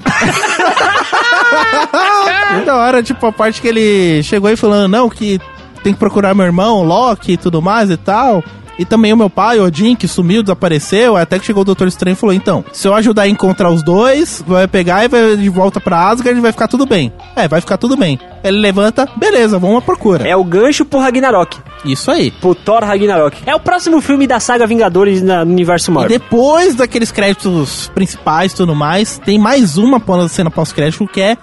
Speaker 4: Muito da hora, tipo, a parte que ele chegou aí falando, não, que tem que procurar meu irmão, Loki e tudo mais e tal. E também o meu pai, Odin, que sumiu, desapareceu, até que chegou o Doutor Estranho e falou, então, se eu ajudar a encontrar os dois, vai pegar e vai de volta pra Asgard e vai ficar tudo bem. É, vai ficar tudo bem. Ele levanta, beleza, vamos à procura.
Speaker 3: É o gancho pro Ragnarok.
Speaker 4: Isso aí.
Speaker 3: Pro Thor Ragnarok. É o próximo filme da saga Vingadores na- no universo
Speaker 4: E
Speaker 3: Marvel.
Speaker 4: depois daqueles créditos principais e tudo mais, tem mais uma pós- cena pós-crédito que é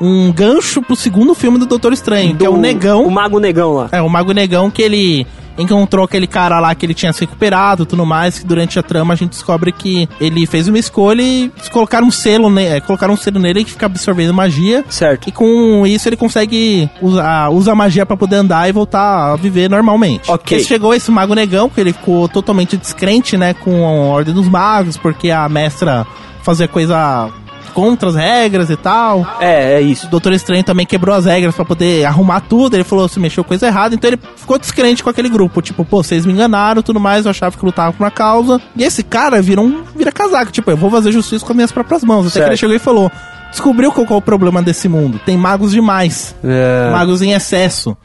Speaker 4: um gancho pro segundo filme do Doutor Estranho, que é o Negão.
Speaker 3: O Mago Negão lá.
Speaker 4: É, o Mago Negão que ele encontrou aquele cara lá que ele tinha se recuperado e tudo mais, que durante a trama a gente descobre que ele fez uma escolha e colocaram um selo, ne é, colocaram um selo nele que fica absorvendo magia.
Speaker 3: Certo.
Speaker 4: E com isso ele consegue usar usa a magia pra poder andar e voltar a viver normalmente.
Speaker 3: Ok.
Speaker 4: Esse chegou esse Mago Negão, que ele ficou totalmente descrente, né, com a Ordem dos Magos, porque a mestra fazia coisa contra as regras e tal.
Speaker 3: É, é
Speaker 4: O
Speaker 3: isso.
Speaker 4: Doutor Estranho também quebrou as regras pra poder arrumar tudo. Ele falou se mexeu coisa errada, então ele ficou descrente com aquele grupo. Tipo, pô, vocês me enganaram, tudo mais, eu achava que lutava por uma causa. E esse cara vira um vira casaco, tipo, eu vou fazer justiça com as minhas próprias mãos. Até
Speaker 3: Certo.
Speaker 4: que ele chegou e falou: descobriu qual, qual é o problema desse mundo. Tem magos demais.
Speaker 3: É.
Speaker 4: Magos em excesso.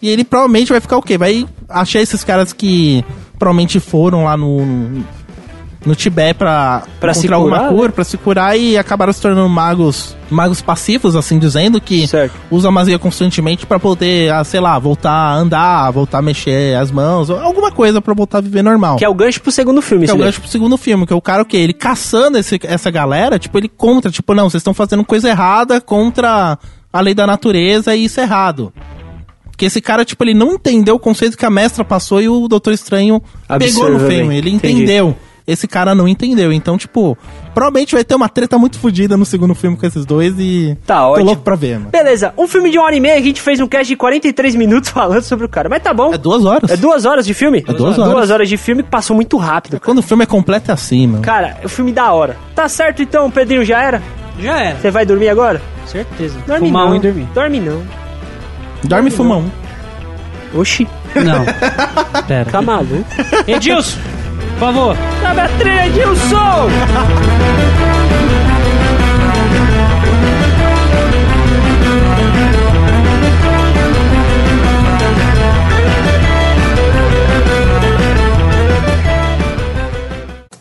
Speaker 4: E ele provavelmente vai ficar o quê? Vai achar esses caras que provavelmente foram lá no. No Tibete pra,
Speaker 3: Pra se
Speaker 4: encontrar
Speaker 3: curar,
Speaker 4: alguma cura, pra se curar e acabaram se tornando magos magos passivos, assim dizendo, que
Speaker 3: Certo.
Speaker 4: usa magia constantemente pra poder, ah, sei lá, voltar a andar, voltar a mexer as mãos, ou alguma coisa pra voltar a viver normal.
Speaker 3: Que é o gancho pro segundo filme,
Speaker 4: Que é
Speaker 3: isso
Speaker 4: o gancho pro segundo filme, que é o cara o quê? Ele caçando esse- essa galera, tipo, ele contra, tipo, não, vocês estão fazendo coisa errada contra a lei da natureza e isso é errado. Porque esse cara, tipo, ele não entendeu o conceito que a mestra passou e o Doutor Estranho pegou no
Speaker 3: Absorva bem.
Speaker 4: filme. Ele
Speaker 3: né? Entendi.
Speaker 4: entendeu. Esse cara não entendeu. Então, tipo, provavelmente vai ter uma treta muito fodida no segundo filme com esses dois e.
Speaker 3: Tá
Speaker 4: Tô
Speaker 3: ótimo.
Speaker 4: louco pra ver, mano.
Speaker 3: Beleza, um filme de uma hora e meia, a gente fez um cast de 43 minutos falando sobre o cara. Mas tá bom.
Speaker 4: É duas horas.
Speaker 3: É duas horas de filme?
Speaker 4: É duas horas.
Speaker 3: Duas horas de filme que passou muito rápido.
Speaker 4: Quando o filme é completo é assim, mano.
Speaker 3: Cara, é um filme da hora. Tá certo então, Pedrinho, já era?
Speaker 2: Já era,
Speaker 3: Você vai dormir agora?
Speaker 2: certeza.
Speaker 3: Dorme
Speaker 2: Fumar
Speaker 3: não.
Speaker 2: um e dormir.
Speaker 3: Dorme não.
Speaker 4: Dorme e fuma um.
Speaker 3: Oxi,
Speaker 2: Não. Pera.
Speaker 3: tá maluco.
Speaker 2: Edilson, por favor.
Speaker 3: Sabe a trilha, Edilson!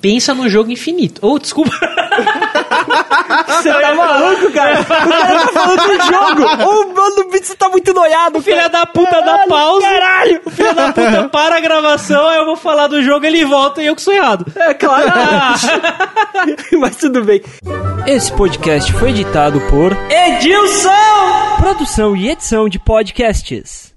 Speaker 2: Pensa no jogo infinito. Ou, desculpa.
Speaker 3: Você tá maluco, cara? O cara tá falando do jogo! Ô, mano, do Beats tá muito noiado,
Speaker 2: Filha da puta da pausa. Caralho. O filho da puta para a gravação, aí eu vou falar do jogo, ele volta e eu que sou errado.
Speaker 3: É claro. Mas tudo bem. Esse podcast foi editado por Edilson! Produção e edição de podcasts.